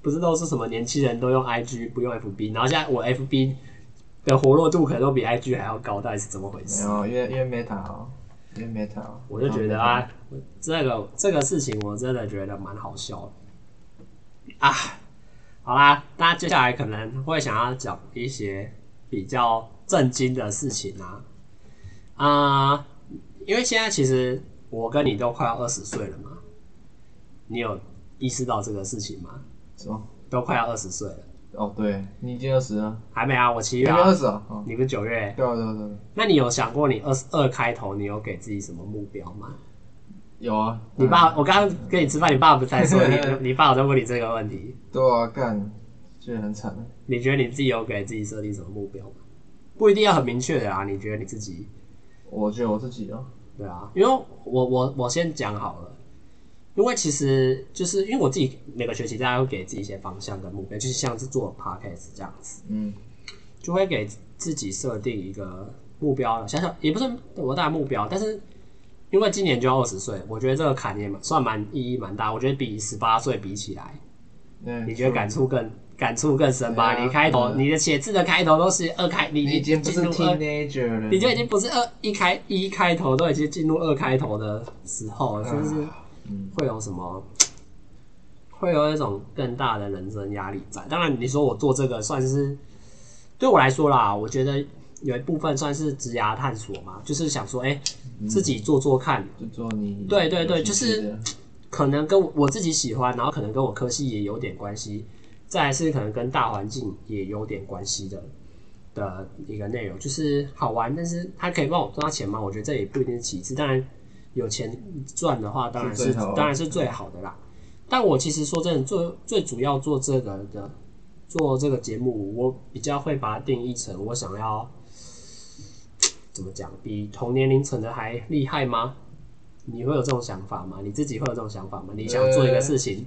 [SPEAKER 1] 不是都是什么年轻人都用 IG 不用 FB，然后现在我 FB 的活络度可能都比 IG 还要高，到底是怎么回
[SPEAKER 2] 没
[SPEAKER 1] 事？
[SPEAKER 2] 有，因为因为 Meta 哦，因为 Meta，哦
[SPEAKER 1] 我就觉得啊，这个这个事情我真的觉得蛮好笑的啊。好啦，大家接下来可能会想要讲一些比较震惊的事情啊啊、因为现在其实我跟你都快要二十岁了嘛，你有意识到这个事情吗？
[SPEAKER 2] 什么？
[SPEAKER 1] 都快要二十岁了，
[SPEAKER 2] 哦，对你已经二十了，
[SPEAKER 1] 还没啊？我七
[SPEAKER 2] 你
[SPEAKER 1] 月
[SPEAKER 2] 还没二
[SPEAKER 1] 啊，
[SPEAKER 2] 十啊？哦，
[SPEAKER 1] 你不是九月？
[SPEAKER 2] 对啊对啊对啊，
[SPEAKER 1] 那你有想过你二十二开头，你有给自己什么目标吗？
[SPEAKER 2] 有啊，
[SPEAKER 1] 你爸，我刚刚跟你吃饭，你爸不是在说你，你爸有在问你这个问题。
[SPEAKER 2] 对啊，干，觉得很惨。
[SPEAKER 1] 你觉得你自己有给自己设定什么目标吗？不一定要很明确的啊，你觉得你自己
[SPEAKER 2] 我觉得我自己哦，
[SPEAKER 1] 对啊？因为我我我先讲好了，因为其实就是因为我自己每个学期大家会给自己一些方向跟目标，就是像是做 podcast 这样子，
[SPEAKER 2] 嗯，
[SPEAKER 1] 就会给自己设定一个目标了。小小也不是多大目标，但是因为今年就要二十岁，我觉得这个坎也蛮算蛮意义蛮大。我觉得比十八岁比起来，
[SPEAKER 2] 那
[SPEAKER 1] 你觉得感触更感触更深吧？
[SPEAKER 2] 对啊
[SPEAKER 1] 你开头
[SPEAKER 2] 嗯
[SPEAKER 1] 你的写字的开头都是二开，你
[SPEAKER 2] 你已经不
[SPEAKER 1] 进
[SPEAKER 2] 是
[SPEAKER 1] 入二，
[SPEAKER 2] teenager 了，
[SPEAKER 1] 你就已经不是二一开一开头都已经进入二开头的时候
[SPEAKER 2] 啊
[SPEAKER 1] 了，是不是
[SPEAKER 2] 嗯
[SPEAKER 1] 会有什么？会有一种更大的人生压力在。当然，你说我做这个算是对我来说啦，我觉得有一部分算是职涯探索嘛，就是想说，哎、
[SPEAKER 2] 嗯
[SPEAKER 1] 自己做做看，
[SPEAKER 2] 就做你
[SPEAKER 1] 对对对
[SPEAKER 2] 有兴趣
[SPEAKER 1] 就是
[SPEAKER 2] 的
[SPEAKER 1] 可能跟我我自己喜欢，然后可能跟我科系也有点关系，再来是可能跟大环境也有点关系的的一个内容，就是好玩，但是它可以帮我赚到钱吗？我觉得这也不一定是其次，当然有钱赚的话，当然
[SPEAKER 2] 是
[SPEAKER 1] 是
[SPEAKER 2] 最好的
[SPEAKER 1] 当然是最好的啦。但我其实说真的，做最主要做这个的做这个节目，我比较会把它定义成我想要怎么讲，比同年龄层的还厉害吗？你会有这种想法吗？你自己会有这种想法吗？你想做一个事情，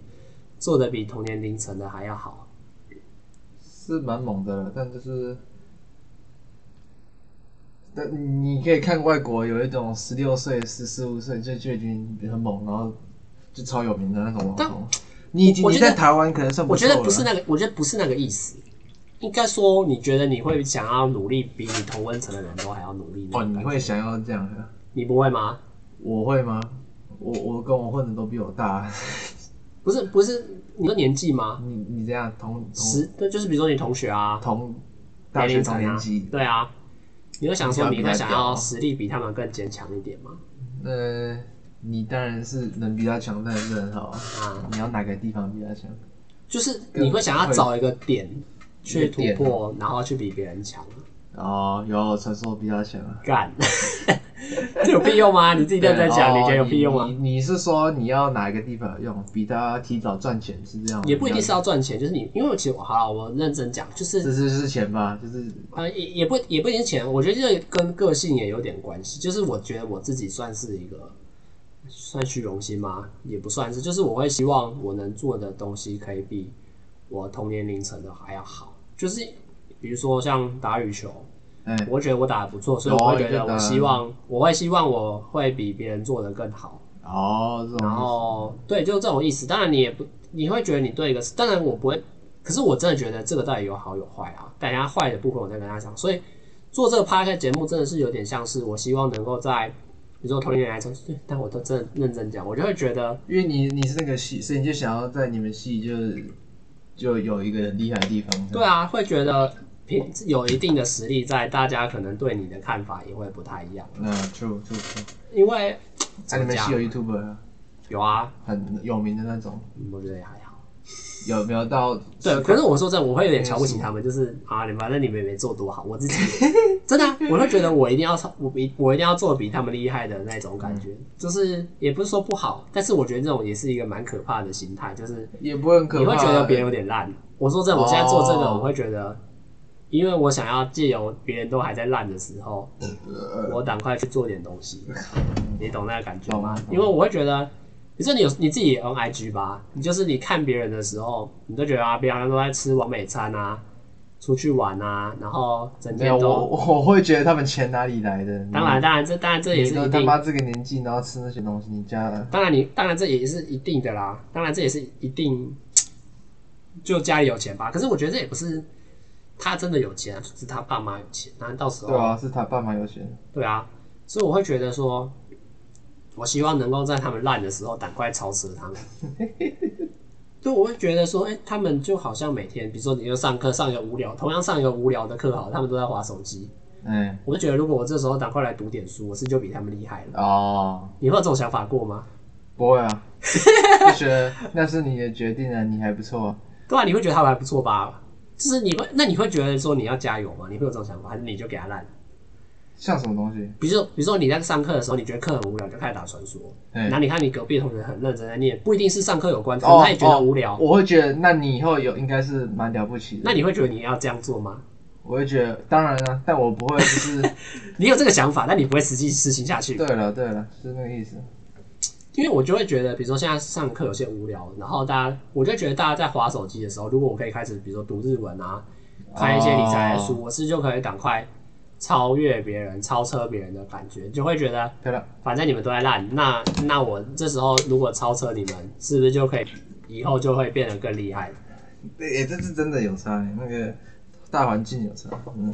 [SPEAKER 1] 做的比同年龄层的还要好，
[SPEAKER 2] 是蛮猛的了，但就是，但你可以看外国有一种十六岁、十四五岁就就已经很猛，然后就超有名的那种网
[SPEAKER 1] 但
[SPEAKER 2] 红。你已经
[SPEAKER 1] 我
[SPEAKER 2] 你
[SPEAKER 1] 觉得
[SPEAKER 2] 在台湾可能算
[SPEAKER 1] 我
[SPEAKER 2] 错
[SPEAKER 1] 觉
[SPEAKER 2] 了，
[SPEAKER 1] 得不是那个，我觉得不是那个意思。应该说，你觉得你会想要努力比你同温层的人都还要努力那
[SPEAKER 2] 哦，
[SPEAKER 1] 种
[SPEAKER 2] 你
[SPEAKER 1] 感觉？
[SPEAKER 2] 会想要这样的？
[SPEAKER 1] 你不会吗？
[SPEAKER 2] 我会吗？我我跟我混的都比我大，
[SPEAKER 1] 不是不是，你说年纪吗？
[SPEAKER 2] 你你这样同同
[SPEAKER 1] 十，那就是比如说你同学啊，
[SPEAKER 2] 同大
[SPEAKER 1] 年
[SPEAKER 2] 学
[SPEAKER 1] 龄
[SPEAKER 2] 同
[SPEAKER 1] 层
[SPEAKER 2] 年
[SPEAKER 1] 啊
[SPEAKER 2] 级，，
[SPEAKER 1] 对啊，你会想说你
[SPEAKER 2] 你
[SPEAKER 1] 会
[SPEAKER 2] 会
[SPEAKER 1] 想
[SPEAKER 2] 想
[SPEAKER 1] 要
[SPEAKER 2] 要
[SPEAKER 1] 实力比他们更坚强一点吗？
[SPEAKER 2] 呃，你当然是能比他强，当然是很好啊。
[SPEAKER 1] 啊，
[SPEAKER 2] 你要哪个地方比他强？
[SPEAKER 1] 就是你会想要找一个点去突
[SPEAKER 2] 一个点
[SPEAKER 1] 破，然后去比别人强。
[SPEAKER 2] 哦，有传说比他强啊。
[SPEAKER 1] 干， 这有屁用吗？你自己认真讲，
[SPEAKER 2] 对
[SPEAKER 1] 你
[SPEAKER 2] 哦
[SPEAKER 1] 觉得有屁用
[SPEAKER 2] 你
[SPEAKER 1] 吗？
[SPEAKER 2] 你你是说你要哪一个地方有用，比他提早赚钱是这样吗？
[SPEAKER 1] 也不一定是
[SPEAKER 2] 这样
[SPEAKER 1] 要赚钱，就是你，因为其实我好了，我认真讲，就是
[SPEAKER 2] 这是是钱吧，就是
[SPEAKER 1] 呃，也也不也不一定是钱，我觉得这个跟个性也有点关系。就是我觉得我自己算是一个算虚荣心吗？也不算是，就是我会希望我能做的东西可以比我同年龄层的还要好。就是比如说像打羽球，
[SPEAKER 2] 哎、
[SPEAKER 1] 我觉得我打的不错，所以
[SPEAKER 2] 有
[SPEAKER 1] 我
[SPEAKER 2] 啊
[SPEAKER 1] 会觉
[SPEAKER 2] 你就
[SPEAKER 1] 得我
[SPEAKER 2] 打
[SPEAKER 1] 希望我会希望我会比别人做的更好。
[SPEAKER 2] 哦这种意思，
[SPEAKER 1] 然后对，就是这种意思。当然你也不，你会觉得你对一个，当然我不会，可是我真的觉得这个到底有好有坏啊。大家坏的部分我再跟大家讲。所以做这个 p o d 节目真的是有点像是我希望能够在，比如说同龄人来说，对但我都真的认真讲，我就会觉得
[SPEAKER 2] 因为你你是那个系，所以你就想要在你们系就是就有一个很厉害的地方，
[SPEAKER 1] 对啊，会觉得凭有一定的实力在，大家可能对你的看法也会不太一样，
[SPEAKER 2] 那 true true true，
[SPEAKER 1] 因为
[SPEAKER 2] 在嗯
[SPEAKER 1] 怎
[SPEAKER 2] 你
[SPEAKER 1] 么
[SPEAKER 2] 们
[SPEAKER 1] 讲
[SPEAKER 2] 系有 YouTuber 啊
[SPEAKER 1] 有啊，
[SPEAKER 2] 很有名的那种，
[SPEAKER 1] 嗯我觉得也还好。
[SPEAKER 2] 有没有到？
[SPEAKER 1] 对，可是我说真的，我会有点瞧不起他们，就是啊，你反正你们也没做多好，我自己真的啊、我会觉得我一定要超，我比我一定要做比他们厉害的那种感觉，就是也不是说不好，但是我觉得这种也是一个蛮可怕的心态，就是
[SPEAKER 2] 也不会很
[SPEAKER 1] 你
[SPEAKER 2] 可怕，啊
[SPEAKER 1] 会觉得别人有点烂。我说真的，我现在做这个，
[SPEAKER 2] 哦
[SPEAKER 1] 我会觉得，因为我想要借由别人都还在烂的时候，
[SPEAKER 2] 呃
[SPEAKER 1] 我赶快去做点东西，你懂那个感觉吗
[SPEAKER 2] 懂？懂
[SPEAKER 1] 因为我会觉得，你说你有你自己也用 IG 吧，你就是你看别人的时候，你都觉得啊，别人好像都在吃完美餐啊，出去玩啊，然后整
[SPEAKER 2] 没有
[SPEAKER 1] 天
[SPEAKER 2] 我
[SPEAKER 1] 都，
[SPEAKER 2] 我会觉得他们钱哪里来的？
[SPEAKER 1] 当然当然这当然这也是
[SPEAKER 2] 你
[SPEAKER 1] 一
[SPEAKER 2] 都他
[SPEAKER 1] 定，
[SPEAKER 2] 妈这个年纪，然后吃那些东西，你家的
[SPEAKER 1] 当然你当然这也是一定的啦，当然这也是一定，就家里有钱吧，可是我觉得这也不是。他真的有钱啊，就是他爸妈有钱，然后到时候
[SPEAKER 2] 对啊，是他爸妈有钱。
[SPEAKER 1] 对啊，所以我会觉得说，我希望能够在他们烂的时候赶快超车 他们。对，我会觉得说，哎、他们就好像每天，比如说你就上课上一个无聊，同样上一个无聊的课，好了，他们都在划手机。
[SPEAKER 2] 嗯，
[SPEAKER 1] 我就觉得，如果我这时候赶快来读点书，我是就比他们厉害了。
[SPEAKER 2] 哦，
[SPEAKER 1] 你会有这种想法过吗？
[SPEAKER 2] 不会啊，就觉 得那是你的决定啊，你还不错、啊。
[SPEAKER 1] 对啊，你会觉得他们还不错吧？就是你会，那你会觉得说你要加油吗？你会有这种想法，还是你就给他烂？
[SPEAKER 2] 像什么东西？
[SPEAKER 1] 比如说，比如说你在上课的时候，你觉得课很无聊，你就开始打传说。
[SPEAKER 2] 嗯哦
[SPEAKER 1] 然后你看你隔壁的同学很认真在念，不一定是上课有关，可能他也觉得无聊。
[SPEAKER 2] 我会觉得，那你以后有应该是蛮了不起的。
[SPEAKER 1] 那你会觉得你要这样做吗？
[SPEAKER 2] 我会觉得，当然了、但我不会，就是
[SPEAKER 1] 你有这个想法，但你不会实际实行下去
[SPEAKER 2] 对，了，对了，是那个意思。
[SPEAKER 1] 因为我就会觉得，比如说现在上课有些无聊，然后大家，我就觉得大家在划手机的时候，如果我可以开始，比如说读日文啊，看一些理财的书，我是就可以赶快超越别人、超车别人的感觉，你就会觉得
[SPEAKER 2] 对了，
[SPEAKER 1] 反正你们都在烂，那那我这时候如果超车你们，是不是就可以以后就会变得更厉害？
[SPEAKER 2] 对，哎诶这是真的有差、欸那个大环境有差。嗯，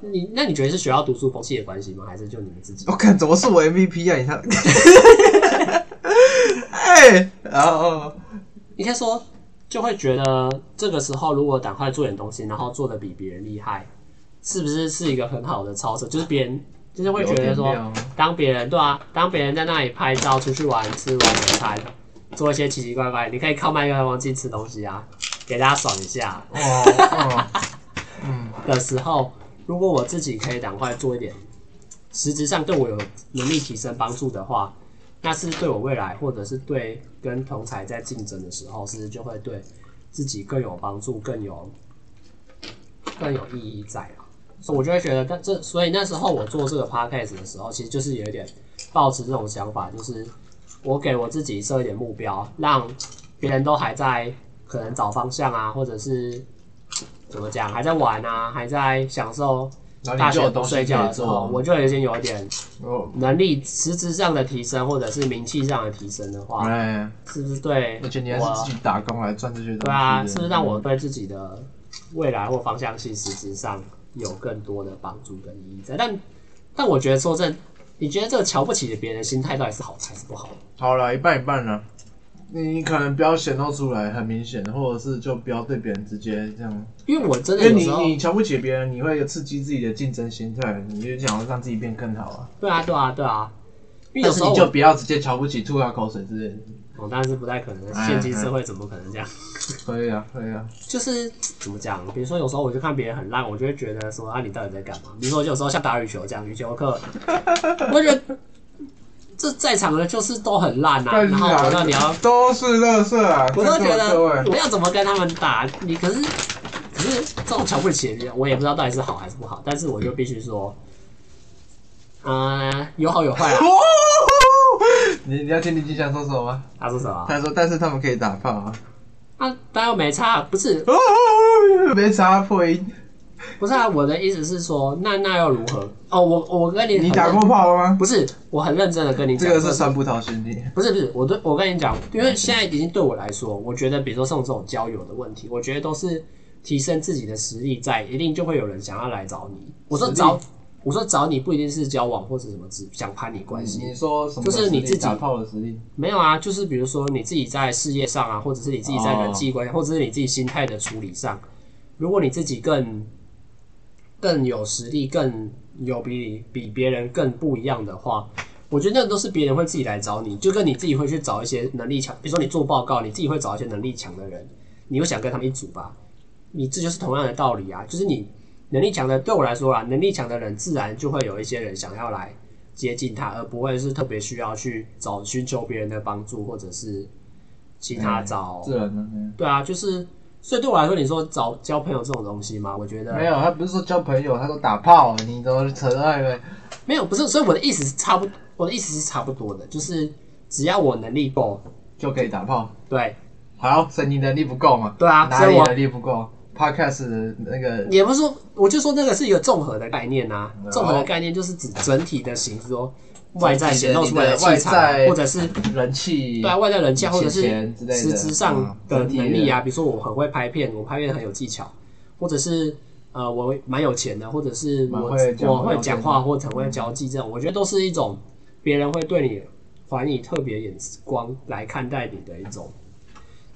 [SPEAKER 1] 你那你觉得是学校读书风气的关系吗？还是就你们自己？
[SPEAKER 2] 我、看哦怎么是我 MVP 啊？你 看， 哎、然后
[SPEAKER 1] 应该说就会觉得这个时候如果赶快做点东西，然后做的比别人厉害，是不是是一个很好的操作？就是别人就是会觉
[SPEAKER 2] 有
[SPEAKER 1] 得
[SPEAKER 2] 点
[SPEAKER 1] 说，
[SPEAKER 2] 料
[SPEAKER 1] 当别人对啊，当别人在那里拍照、出去玩、吃完美餐，做一些奇奇怪怪，你可以靠麦克风进吃东西啊，给大家爽一下
[SPEAKER 2] 哦，嗯，
[SPEAKER 1] 的时候，如果我自己可以赶快做一点，实质上对我有能力提升帮助的话，那是对我未来或者是对跟同才在竞争的时候，是不是就会对自己更有帮助、更有更有意义在啊？所以我就会觉得，但这所以那时候我做这个 podcast 的时候，其实就是有一点抱持这种想法，就是我给我自己设一点目标，让别人都还在可能找方向啊，或者是怎么讲，还在玩啊，还在享受
[SPEAKER 2] 然后
[SPEAKER 1] 大
[SPEAKER 2] 啊你就
[SPEAKER 1] 学
[SPEAKER 2] 有
[SPEAKER 1] 不
[SPEAKER 2] 东
[SPEAKER 1] 睡
[SPEAKER 2] 西
[SPEAKER 1] 觉
[SPEAKER 2] 可
[SPEAKER 1] 的
[SPEAKER 2] 以
[SPEAKER 1] 时候，
[SPEAKER 2] 做。啊
[SPEAKER 1] 我就已经有一点
[SPEAKER 2] 哦，
[SPEAKER 1] 能力实质上的提升，或者是名气上的提升的话，
[SPEAKER 2] 哎，
[SPEAKER 1] 是不是对
[SPEAKER 2] 而且你还
[SPEAKER 1] 我
[SPEAKER 2] 是自己打工来赚这些东西的。
[SPEAKER 1] 对啊，是不是让我对自己的未来或方向性实质上有更多的帮助跟意义在？但但我觉得说这，你觉得这个瞧不起别人的心态到底是好还是不好？
[SPEAKER 2] 好了，一半一半了。你可能不要显露出来，很明显，或者是就不要对别人直接这样，
[SPEAKER 1] 因为我真
[SPEAKER 2] 因
[SPEAKER 1] 的
[SPEAKER 2] 为
[SPEAKER 1] 有
[SPEAKER 2] 你
[SPEAKER 1] 时候，
[SPEAKER 2] 你瞧不起别人，你会刺激自己的竞争心态，你就想要让自己变更好啊。
[SPEAKER 1] 对啊，对啊，对啊，因为
[SPEAKER 2] 但
[SPEAKER 1] 有
[SPEAKER 2] 是
[SPEAKER 1] 时候
[SPEAKER 2] 你
[SPEAKER 1] 我
[SPEAKER 2] 就不要直接瞧不起、吐他口水之 类的。
[SPEAKER 1] 哦，当然是不太可能，
[SPEAKER 2] 哎
[SPEAKER 1] 现今社会怎么可能这样？
[SPEAKER 2] 可以啊，可以啊。
[SPEAKER 1] 就是怎么讲？比如说有时候我就看别人很烂，我就会觉得说啊，你到底在干嘛？比如说有时候像打羽球这样，羽球 课，我觉得这在场的就是都很烂啊，
[SPEAKER 2] 但是
[SPEAKER 1] 然后
[SPEAKER 2] 啊
[SPEAKER 1] 我到底要，
[SPEAKER 2] 都是垃圾啊！
[SPEAKER 1] 我都觉
[SPEAKER 2] 在座的
[SPEAKER 1] 得
[SPEAKER 2] 各位，
[SPEAKER 1] 我要怎么跟他们打？你可是可是这种瞧不起的人，我也不知道到底是好还是不好，但是我就必须说，嗯，有好有坏啊。
[SPEAKER 2] 哦， 你你要听林俊祥说什么吗？
[SPEAKER 1] 他说什么？
[SPEAKER 2] 他说，但是他们可以打炮啊。
[SPEAKER 1] 啊，当然没差，不是
[SPEAKER 2] 哦，没查破音。
[SPEAKER 1] 不是啊，我的意思是说，那那又如何？哦，我我跟你
[SPEAKER 2] 你
[SPEAKER 1] 很
[SPEAKER 2] 打
[SPEAKER 1] 认
[SPEAKER 2] 过炮吗？
[SPEAKER 1] 不是，我很认真的跟你
[SPEAKER 2] 这
[SPEAKER 1] 讲，
[SPEAKER 2] 个是酸葡萄兄弟。
[SPEAKER 1] 不是不是，我对我跟你讲，因为现在已经对我来说，我觉得比如说像这种交友的问题，我觉得都是提升自己的实力在，一定就会有人想要来找你。我说
[SPEAKER 2] 实力
[SPEAKER 1] 找，我说找你不一定是交往或者什么，只想攀你关系。
[SPEAKER 2] 你说什么？
[SPEAKER 1] 就是你自己
[SPEAKER 2] 打炮的实力。
[SPEAKER 1] 没有啊，就是比如说你自己在事业上啊，或者是你自己在人际关系，或者是你自己心态的处理上，如果你自己更更有实力，更有比你比别人更不一样的话，我觉得那都是别人会自己来找你，就跟你自己会去找一些能力强，比如说你做报告，你自己会找一些能力强的人，你会想跟他们一组吧？你这就是同样的道理啊，就是你能力强的，对我来说啊，能力强的人自然就会有一些人想要来接近他，而不会是特别需要去找寻求别人的帮助，或者是其他找。
[SPEAKER 2] 自然呢？嗯
[SPEAKER 1] 对啊，就是所以对我来说，你说找交朋友这种东西嘛，我觉得
[SPEAKER 2] 啊没有，他不是说交朋友，他说打炮，你怎么扯到那个？
[SPEAKER 1] 没有，不是，所以我的意思是差不，我的意思是差不多的，就是只要我能力够，
[SPEAKER 2] 就可以打炮。
[SPEAKER 1] 对
[SPEAKER 2] 好，所以你能力不够嘛？
[SPEAKER 1] 对啊，
[SPEAKER 2] 哪
[SPEAKER 1] 所以
[SPEAKER 2] 里
[SPEAKER 1] 我
[SPEAKER 2] 能力不够？Podcast 的那个
[SPEAKER 1] 也不是说，我就说那个是一个综合的概念啊，
[SPEAKER 2] 嗯
[SPEAKER 1] 综合的概念就是指整体的形说外在显露出来的
[SPEAKER 2] 整体的你的
[SPEAKER 1] 气
[SPEAKER 2] 外
[SPEAKER 1] 场，啊
[SPEAKER 2] 在
[SPEAKER 1] 或者是
[SPEAKER 2] 人气，
[SPEAKER 1] 对啊外在人气，
[SPEAKER 2] 你
[SPEAKER 1] 或者是
[SPEAKER 2] 钱之类的
[SPEAKER 1] 实质上的
[SPEAKER 2] 嗯
[SPEAKER 1] 能力啊，比如说我很会拍片，我拍片很有技巧，或者是呃我蛮有钱的，或者是我
[SPEAKER 2] 蛮会讲
[SPEAKER 1] 我
[SPEAKER 2] 话
[SPEAKER 1] 会讲话或者很会交际这种，我觉得都是一种别人会对你怀以特别眼光来看待你的一种。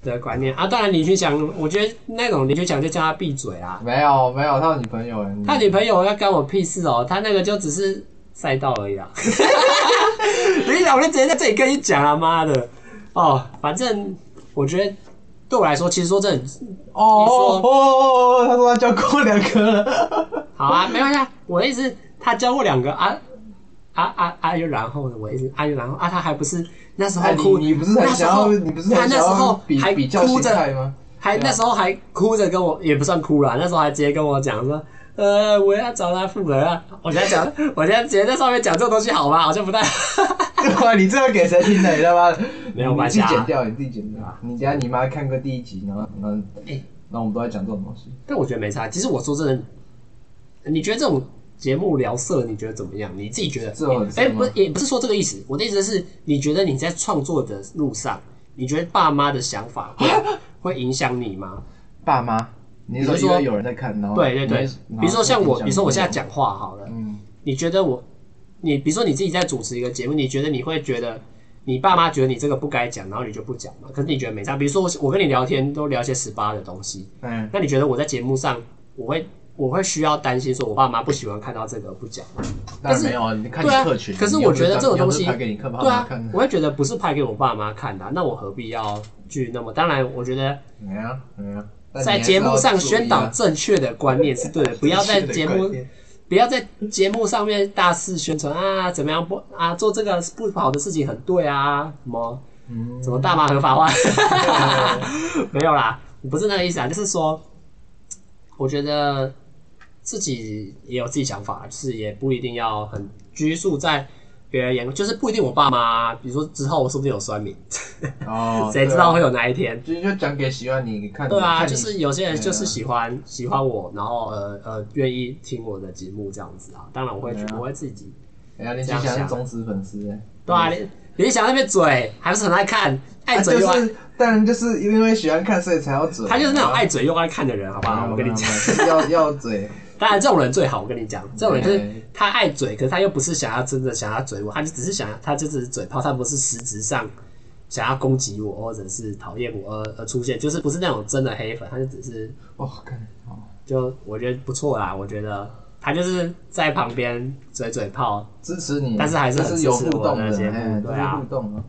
[SPEAKER 1] 的观念啊，当然林俊祥，我觉得那种林俊祥就叫他闭嘴啊，
[SPEAKER 2] 没有没有，他有女朋友了。啊你
[SPEAKER 1] 他女朋友要干我屁事哦，他那个就只是赛道而已啦。 你老我就直接在这里跟你讲啊，妈的！哦，反正我觉得对我来说，其实说这很
[SPEAKER 2] 哦哦哦哦哦，他说他交过两个了。
[SPEAKER 1] 好啊，没关系啊。我的意思是，他教过两个啊啊啊啊，又然后呢？我的意思啊又然后啊，他还不是那时候
[SPEAKER 2] 哎，
[SPEAKER 1] 哭，
[SPEAKER 2] 你你不是很
[SPEAKER 1] 那时
[SPEAKER 2] 想要，
[SPEAKER 1] 候
[SPEAKER 2] 你不是
[SPEAKER 1] 他
[SPEAKER 2] 很
[SPEAKER 1] 那
[SPEAKER 2] 想
[SPEAKER 1] 时候
[SPEAKER 2] 要比
[SPEAKER 1] 还
[SPEAKER 2] 比较
[SPEAKER 1] 哭
[SPEAKER 2] 心
[SPEAKER 1] 着
[SPEAKER 2] 态吗？
[SPEAKER 1] 还
[SPEAKER 2] 对啊
[SPEAKER 1] 那时候还哭着跟我，也不算哭啦，那时候还直接跟我讲说，呃，我要找他复合啊。我现在讲， 我现在直接在上面讲这种东西好吗？好像不太
[SPEAKER 2] 哇，啊你这个给谁听的？你知道吗？
[SPEAKER 1] 没有
[SPEAKER 2] 你
[SPEAKER 1] 关
[SPEAKER 2] 自
[SPEAKER 1] 系
[SPEAKER 2] 己
[SPEAKER 1] 啊
[SPEAKER 2] 剪掉，你自己剪掉。你等一下你妈看过第一集，然后然后
[SPEAKER 1] 哎
[SPEAKER 2] 然后我们都在讲这种东西。
[SPEAKER 1] 但我觉得没差。其实我说真的，你觉得这种节目聊色，你觉得怎么样？你自己觉得？
[SPEAKER 2] 这种很
[SPEAKER 1] 哎、
[SPEAKER 2] 色吗
[SPEAKER 1] 不是，也不是说这个意思。我的意思是，你觉得你在创作的路上，你觉得爸妈的想法会会影响你吗？
[SPEAKER 2] 爸妈，你是
[SPEAKER 1] 比如
[SPEAKER 2] 说
[SPEAKER 1] 说
[SPEAKER 2] 因为有人在看，然后
[SPEAKER 1] 对对对
[SPEAKER 2] 你是，
[SPEAKER 1] 比如说像我，比如说我现在，
[SPEAKER 2] 然后
[SPEAKER 1] 讲话好了
[SPEAKER 2] 就，嗯，
[SPEAKER 1] 你觉得我，你比如说你自己在主持一个节目，你觉得你会觉得你爸妈觉得你这个不该讲，然后你就不讲嘛？可是你觉得没差。比如说我我跟你聊天都聊一些十八的东西，
[SPEAKER 2] 哎，
[SPEAKER 1] 那你觉得我在节目上我会我会需要担心说，我爸妈不喜欢看到这个不讲嘛。
[SPEAKER 2] 当
[SPEAKER 1] 但
[SPEAKER 2] 然
[SPEAKER 1] 是
[SPEAKER 2] 没有啊，你看你
[SPEAKER 1] 对啊
[SPEAKER 2] 客群，
[SPEAKER 1] 可是
[SPEAKER 2] 你又
[SPEAKER 1] 我
[SPEAKER 2] 不
[SPEAKER 1] 觉得
[SPEAKER 2] 当
[SPEAKER 1] 这种
[SPEAKER 2] 你又不
[SPEAKER 1] 东
[SPEAKER 2] 是
[SPEAKER 1] 西
[SPEAKER 2] 拍给你看，爸
[SPEAKER 1] 对
[SPEAKER 2] 妈
[SPEAKER 1] 啊
[SPEAKER 2] 看，，
[SPEAKER 1] 我会觉得不是拍给我爸妈看的啊、那我何必要去那么？当然，我觉得
[SPEAKER 2] 没啊没啊，但
[SPEAKER 1] 在
[SPEAKER 2] 你还
[SPEAKER 1] 节
[SPEAKER 2] 是要
[SPEAKER 1] 目上
[SPEAKER 2] 注意
[SPEAKER 1] 宣导
[SPEAKER 2] 啊
[SPEAKER 1] 正确的观念是对的，不要 在节目不要在节目上面大肆宣传啊，怎么样不啊做这个不好的事情很对啊，什么
[SPEAKER 2] 嗯
[SPEAKER 1] 什么大麻合法化， 没有啦，不是那个意思啊，就是说，我觉得自己也有自己想法，就是也不一定要很拘束在别人眼光，就是不一定我爸妈，比如说之后我是不是有酸民，
[SPEAKER 2] 哦，
[SPEAKER 1] 谁知道会有哪一天？
[SPEAKER 2] 对啊？就就讲给喜欢你看，
[SPEAKER 1] 对啊，
[SPEAKER 2] 看
[SPEAKER 1] 就
[SPEAKER 2] 你
[SPEAKER 1] 是有些人就是
[SPEAKER 2] 对啊
[SPEAKER 1] 喜欢、喜欢我，然后呃呃愿意听我的节目这样子啊。当然我会、
[SPEAKER 2] 对啊
[SPEAKER 1] 我会自己，
[SPEAKER 2] 哎呀，林
[SPEAKER 1] 这
[SPEAKER 2] 青
[SPEAKER 1] 样
[SPEAKER 2] 霞是
[SPEAKER 1] 想
[SPEAKER 2] 忠实粉丝哎，
[SPEAKER 1] 对啊，你你想那边嘴还不是很爱看，爱
[SPEAKER 2] 啊
[SPEAKER 1] 嘴
[SPEAKER 2] 就
[SPEAKER 1] 又爱，
[SPEAKER 2] 是，当然就是因为喜欢看，所以才要嘴，
[SPEAKER 1] 他就是那种爱嘴又爱看的人，好不
[SPEAKER 2] 啊，
[SPEAKER 1] 好？我跟你讲，
[SPEAKER 2] 讲，要要嘴，
[SPEAKER 1] 当然这种人最好，我跟你讲，这种人就是
[SPEAKER 2] 对
[SPEAKER 1] 他爱嘴，可是他又不是想要真的想要嘴我，他就只是想他就只是嘴炮，他不是实质上想要攻击我或者是讨厌我而而出现，就是不是那种真的黑粉，他就只是
[SPEAKER 2] 哦，看哦，
[SPEAKER 1] 就我觉得不错啦，我觉得他就是在旁边嘴嘴炮，
[SPEAKER 2] 支持你，
[SPEAKER 1] 但是还是
[SPEAKER 2] 这
[SPEAKER 1] 很
[SPEAKER 2] 是有
[SPEAKER 1] 支
[SPEAKER 2] 互
[SPEAKER 1] 持我
[SPEAKER 2] 动
[SPEAKER 1] 的
[SPEAKER 2] 的，
[SPEAKER 1] 节目
[SPEAKER 2] 哎，
[SPEAKER 1] 对
[SPEAKER 2] 这是
[SPEAKER 1] 啊
[SPEAKER 2] 互动 啊。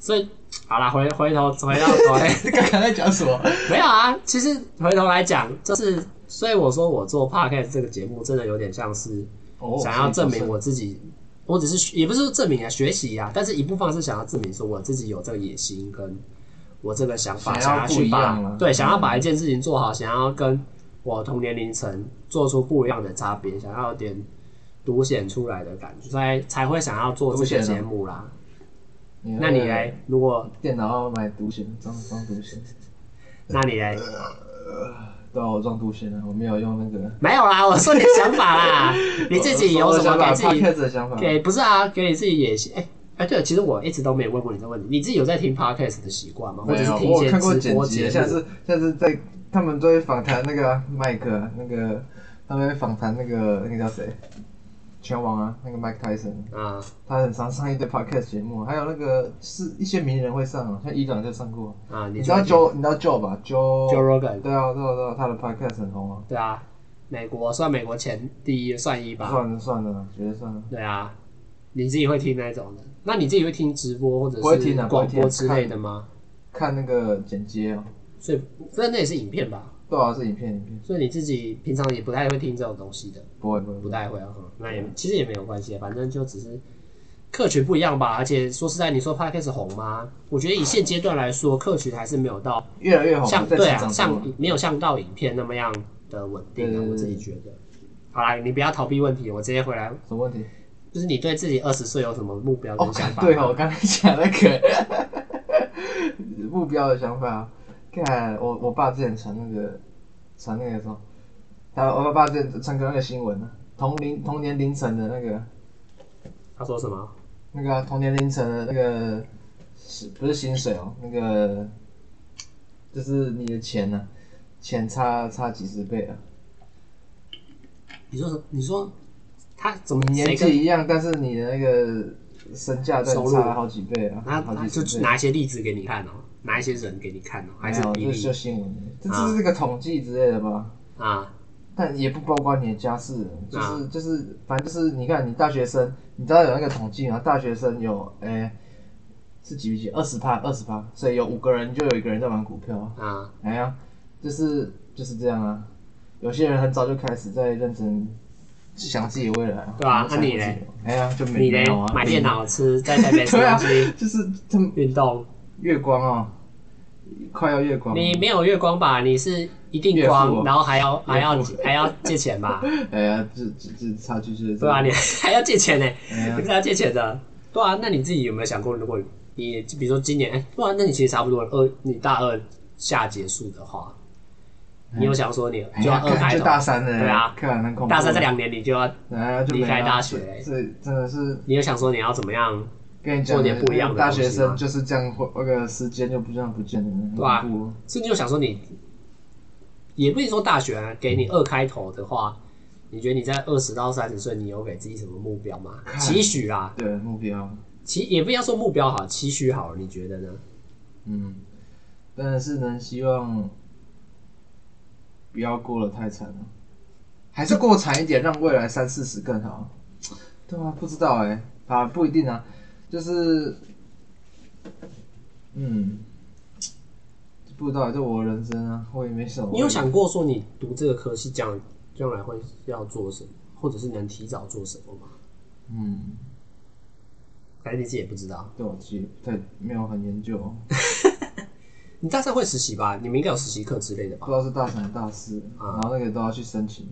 [SPEAKER 1] 所以好啦，回回头回到 头来，
[SPEAKER 2] 你刚刚在讲什么？
[SPEAKER 1] 没有啊，其实回头来讲，就是所以我说我做 podcast 这个节目真的有点像是
[SPEAKER 2] 哦
[SPEAKER 1] 想要证明我自己，我只是也不是说证明啊，学习啊，但是一部分是想要证明说我自己有这个野心跟我这个想法，
[SPEAKER 2] 想
[SPEAKER 1] 想
[SPEAKER 2] 要不
[SPEAKER 1] 去
[SPEAKER 2] 一
[SPEAKER 1] 把
[SPEAKER 2] 样啊
[SPEAKER 1] 对，想要
[SPEAKER 2] 嗯
[SPEAKER 1] 把一件事情做好，想要跟我同年龄层做出不一样的差别，想要有点凸显出来的感觉，所以才会想要做这
[SPEAKER 2] 凸显嗯
[SPEAKER 1] 些
[SPEAKER 2] 啊
[SPEAKER 1] 节目
[SPEAKER 2] 所
[SPEAKER 1] 啦。
[SPEAKER 2] 以，
[SPEAKER 1] 那你来，如果
[SPEAKER 2] 电脑要买独显，装装独显，
[SPEAKER 1] 那你来
[SPEAKER 2] 对啊，我装独显了，我没有用那个。
[SPEAKER 1] 没有啦，我说你的想 法啦，你自己有什么给自己
[SPEAKER 2] p o d 的想法？
[SPEAKER 1] 给不是啊，给你自己也行。哎、哎、对，其实我一直都没有问过你这个问题，你自己有在听 podcast 的习惯吗？或
[SPEAKER 2] 没
[SPEAKER 1] 者是
[SPEAKER 2] 有，
[SPEAKER 1] 听一
[SPEAKER 2] 我
[SPEAKER 1] 些
[SPEAKER 2] 有看过
[SPEAKER 1] 直
[SPEAKER 2] 剪
[SPEAKER 1] 播
[SPEAKER 2] 辑，
[SPEAKER 1] 节
[SPEAKER 2] 下
[SPEAKER 1] 目？
[SPEAKER 2] 次下次在他们都会访谈那个啊麦克啊，那个他们会访谈那个那个叫谁，拳王啊，那个 Mike Tyson，
[SPEAKER 1] 啊，
[SPEAKER 2] 他很常上一堆 podcast 节目，啊还有那个是一些名人会上啊，像伊朗就上过，
[SPEAKER 1] 啊，
[SPEAKER 2] 你
[SPEAKER 1] 你
[SPEAKER 2] 知道
[SPEAKER 1] 就
[SPEAKER 2] Joe 你知道 Joe 吧
[SPEAKER 1] Joe
[SPEAKER 2] ？Joe
[SPEAKER 1] Rogan
[SPEAKER 2] 对啊对啊对啊，他的 podcast 很红啊，
[SPEAKER 1] 对啊，美国算美国前第一算一吧，
[SPEAKER 2] 算了算了，绝对算了。
[SPEAKER 1] 对啊，你自己会听那种的？那你自己会听直播或者
[SPEAKER 2] 不会听
[SPEAKER 1] 是
[SPEAKER 2] 啊不会
[SPEAKER 1] 广
[SPEAKER 2] 听
[SPEAKER 1] 播之类的吗？
[SPEAKER 2] 看那个剪接哦，
[SPEAKER 1] 所以那那也是影片吧，
[SPEAKER 2] 对啊，是影片影片，
[SPEAKER 1] 所以你自己平常也不太会听这种东西的。
[SPEAKER 2] 不会不会，
[SPEAKER 1] 不太会啊，嗯那也其实也没有关系，反正就只是客群不一样吧。而且说实在，你说 podcast 红吗？我觉得以现阶段来
[SPEAKER 2] 嗯
[SPEAKER 1] 说，客群还是没有到
[SPEAKER 2] 越来越红，
[SPEAKER 1] 像
[SPEAKER 2] 在
[SPEAKER 1] 对
[SPEAKER 2] 成
[SPEAKER 1] 啊，
[SPEAKER 2] 长
[SPEAKER 1] 像
[SPEAKER 2] 中啊。
[SPEAKER 1] 没有像到影片那么样的稳
[SPEAKER 2] 对
[SPEAKER 1] 定啊
[SPEAKER 2] 对。对
[SPEAKER 1] 我自己觉得。好啦，你不要逃避问题，我直接回来。
[SPEAKER 2] 什么问题？
[SPEAKER 1] 就是你对自己二十岁有什么目标
[SPEAKER 2] 哦
[SPEAKER 1] 跟想，法？
[SPEAKER 2] 对哦，我刚才讲那个 目标的想法，看我我爸之前传那个传那个什么，他我爸之前传个那个新闻啊，同龄同年龄层的那个
[SPEAKER 1] 他说什么？
[SPEAKER 2] 那个啊、同年龄层的那个是不是薪水哦，那个就是你的钱呢、钱差差几十倍啊，
[SPEAKER 1] 你说什么？你说他怎么
[SPEAKER 2] 你年
[SPEAKER 1] 谁跟
[SPEAKER 2] 纪一样，但是你的那个身价在
[SPEAKER 1] 收入
[SPEAKER 2] 差好几倍啊，
[SPEAKER 1] 那
[SPEAKER 2] 好
[SPEAKER 1] 那
[SPEAKER 2] 几
[SPEAKER 1] 就
[SPEAKER 2] 十倍。
[SPEAKER 1] 拿一些例子给你看哦，拿一些人给你看哦，还是
[SPEAKER 2] 没有
[SPEAKER 1] 比
[SPEAKER 2] 就是就
[SPEAKER 1] 例
[SPEAKER 2] 新闻，这这是个统计之类的吧？
[SPEAKER 1] 啊？
[SPEAKER 2] 但也不包括你的家世，就是、
[SPEAKER 1] 啊
[SPEAKER 2] 就是，反正就是，你看你大学生，你知道有那个统计嘛？大学生有，诶、是几比几？二十趴，二十趴，所以有五个人就有一个人在玩股票，
[SPEAKER 1] 啊，
[SPEAKER 2] 哎呀，就是就是这样啊。有些人很早就开始在认真想自己未来，
[SPEAKER 1] 对啊
[SPEAKER 2] 我们
[SPEAKER 1] 那
[SPEAKER 2] 想
[SPEAKER 1] 你
[SPEAKER 2] 不
[SPEAKER 1] 嘞
[SPEAKER 2] 起来？哎呀，就没
[SPEAKER 1] 你
[SPEAKER 2] 没
[SPEAKER 1] 嘞
[SPEAKER 2] 有啊，
[SPEAKER 1] 买电脑吃，在台北吃
[SPEAKER 2] 对啊
[SPEAKER 1] 东西，
[SPEAKER 2] 就是他们
[SPEAKER 1] 运动。
[SPEAKER 2] 月光哦，快要月光了，
[SPEAKER 1] 你没有月光吧？你是一定
[SPEAKER 2] 月付
[SPEAKER 1] 光，
[SPEAKER 2] 哦
[SPEAKER 1] 然后还要还要
[SPEAKER 2] 月付
[SPEAKER 1] 还要借钱 吧？
[SPEAKER 2] 哎呀，这这这差距就是这
[SPEAKER 1] 对啊，
[SPEAKER 2] 样
[SPEAKER 1] 你还要借钱呢、
[SPEAKER 2] 哎呀
[SPEAKER 1] 你是要借钱的。对啊，那你自己有没有想过，如果你比如说今年，哎、对啊，那你其实差不多二，你大二下结束的话，你有想说你
[SPEAKER 2] 哎
[SPEAKER 1] 就要
[SPEAKER 2] 呀
[SPEAKER 1] 二
[SPEAKER 2] 看
[SPEAKER 1] 开
[SPEAKER 2] 就
[SPEAKER 1] 头，
[SPEAKER 2] 大三了，
[SPEAKER 1] 对啊
[SPEAKER 2] 看很恐怖。
[SPEAKER 1] 大三这两年你就要，
[SPEAKER 2] 哎呀，就没
[SPEAKER 1] 离开
[SPEAKER 2] 了
[SPEAKER 1] 大学
[SPEAKER 2] 这真的是
[SPEAKER 1] 你有想说你要怎么样？
[SPEAKER 2] 跟你
[SPEAKER 1] 做
[SPEAKER 2] 讲
[SPEAKER 1] 点不一样的
[SPEAKER 2] 大学
[SPEAKER 1] 东西吗
[SPEAKER 2] 生就是这样，会那个时间就不这样不见了，很
[SPEAKER 1] 对啊
[SPEAKER 2] 恐怖哦。
[SPEAKER 1] 所以你有想说你，也不一定说大学、啊、给你二开头的话，你觉得你在二十到三十岁，你有给自己什么目标吗？期许啊，
[SPEAKER 2] 对，目标，
[SPEAKER 1] 期也不要说目标好，期许好了，你觉得呢？
[SPEAKER 2] 嗯，啊但是呢，希望不要过得太惨了。还是过长一点，让未来三四十更好。对啊，不知道哎、啊不一定啊，就是，嗯，不知道，就我人生啊，我也没什么。
[SPEAKER 1] 你有想过说你读这个科系将将来会要做什么，或者是能提早做什么吗？
[SPEAKER 2] 嗯，
[SPEAKER 1] 还是你自己也不知道？
[SPEAKER 2] 对我自己不太没有很研究，
[SPEAKER 1] 你大三会实习吧？你们应该有实习课之类的
[SPEAKER 2] 不
[SPEAKER 1] 吧
[SPEAKER 2] 知？道是大三大四，然后那个都要去申请。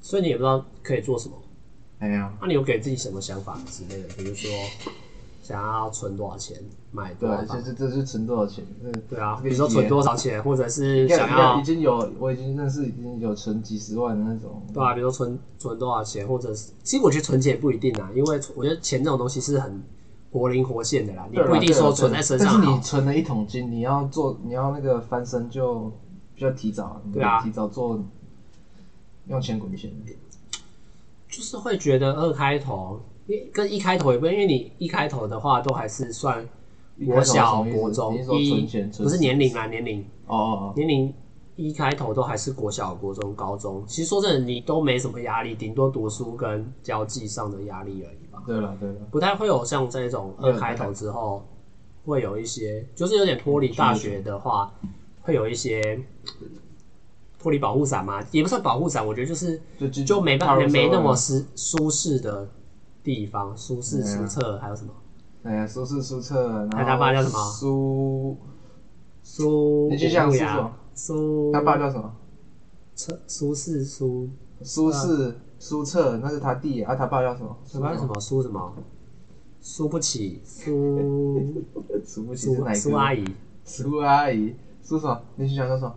[SPEAKER 1] 所以你也不知道可以做什么。
[SPEAKER 2] 哎呀，
[SPEAKER 1] 那、你有给自己什么想法之类的？比如说想要存多少钱，买
[SPEAKER 2] 对
[SPEAKER 1] 多
[SPEAKER 2] 啊
[SPEAKER 1] 少，
[SPEAKER 2] 这
[SPEAKER 1] 房？
[SPEAKER 2] 这这是存多少钱？这
[SPEAKER 1] 对啊，
[SPEAKER 2] 这个
[SPEAKER 1] 比如说
[SPEAKER 2] 一
[SPEAKER 1] 存
[SPEAKER 2] 年
[SPEAKER 1] 多少钱，或者是
[SPEAKER 2] 应该
[SPEAKER 1] 想
[SPEAKER 2] 应该
[SPEAKER 1] 要
[SPEAKER 2] 已经有，我已经认识已经有存几十万的那种。
[SPEAKER 1] 对啊，比如说存存多少钱，或者是其实我觉得存钱也不一定啊，因为我觉得钱这种东西是很活灵活现的啦，你
[SPEAKER 2] 对啦
[SPEAKER 1] 不一定
[SPEAKER 2] 对啦
[SPEAKER 1] 说
[SPEAKER 2] 对
[SPEAKER 1] 存
[SPEAKER 2] 啦
[SPEAKER 1] 在身
[SPEAKER 2] 但
[SPEAKER 1] 上
[SPEAKER 2] 是你
[SPEAKER 1] 好。
[SPEAKER 2] 存了一桶金，你要做，你要那个翻身就比较提早，你
[SPEAKER 1] 对啊
[SPEAKER 2] 提早做，用钱滚钱。
[SPEAKER 1] 就是会觉得二开头，因为跟一开头也不一样，因为你一开头的话都还是算国小、
[SPEAKER 2] 一开头是什么意思
[SPEAKER 1] 国中
[SPEAKER 2] 你是，说
[SPEAKER 1] 一
[SPEAKER 2] 存钱存
[SPEAKER 1] 不是年龄啊，年龄
[SPEAKER 2] 哦哦哦，
[SPEAKER 1] 年龄一开头都还是国小、国中、高中。其实说真的，你都没什么压力，顶多读书跟交际上的压力而已吧。
[SPEAKER 2] 哦对了对了，
[SPEAKER 1] 不太会有像这种二开头之后，会有一些，就是有点脱离大学的话，会有一些脱离保护伞嘛，也不算保护伞，我觉得就是
[SPEAKER 2] 就就
[SPEAKER 1] 就没办
[SPEAKER 2] 踏入
[SPEAKER 1] 没
[SPEAKER 2] 社会
[SPEAKER 1] 没那么
[SPEAKER 2] 了
[SPEAKER 1] 舒舒适的地方，舒适
[SPEAKER 2] 啊对啊
[SPEAKER 1] 舒澈，还有什么
[SPEAKER 2] 哎呀，苏轼苏辙，
[SPEAKER 1] 哎
[SPEAKER 2] 然后
[SPEAKER 1] 他爸叫什么
[SPEAKER 2] 苏，
[SPEAKER 1] 苏
[SPEAKER 2] 你去想
[SPEAKER 1] 木
[SPEAKER 2] 是什
[SPEAKER 1] 呀
[SPEAKER 2] 么，
[SPEAKER 1] 苏
[SPEAKER 2] 他爸叫什么？
[SPEAKER 1] 车苏轼苏
[SPEAKER 2] 苏轼苏辙，那是他弟啊，他爸叫什么？
[SPEAKER 1] 什么什么苏什么苏不起 苏
[SPEAKER 2] 苏不起是哪
[SPEAKER 1] 苏
[SPEAKER 2] 一
[SPEAKER 1] 苏
[SPEAKER 2] 个？
[SPEAKER 1] 阿姨，
[SPEAKER 2] 苏阿姨，苏什么？你去想说什么？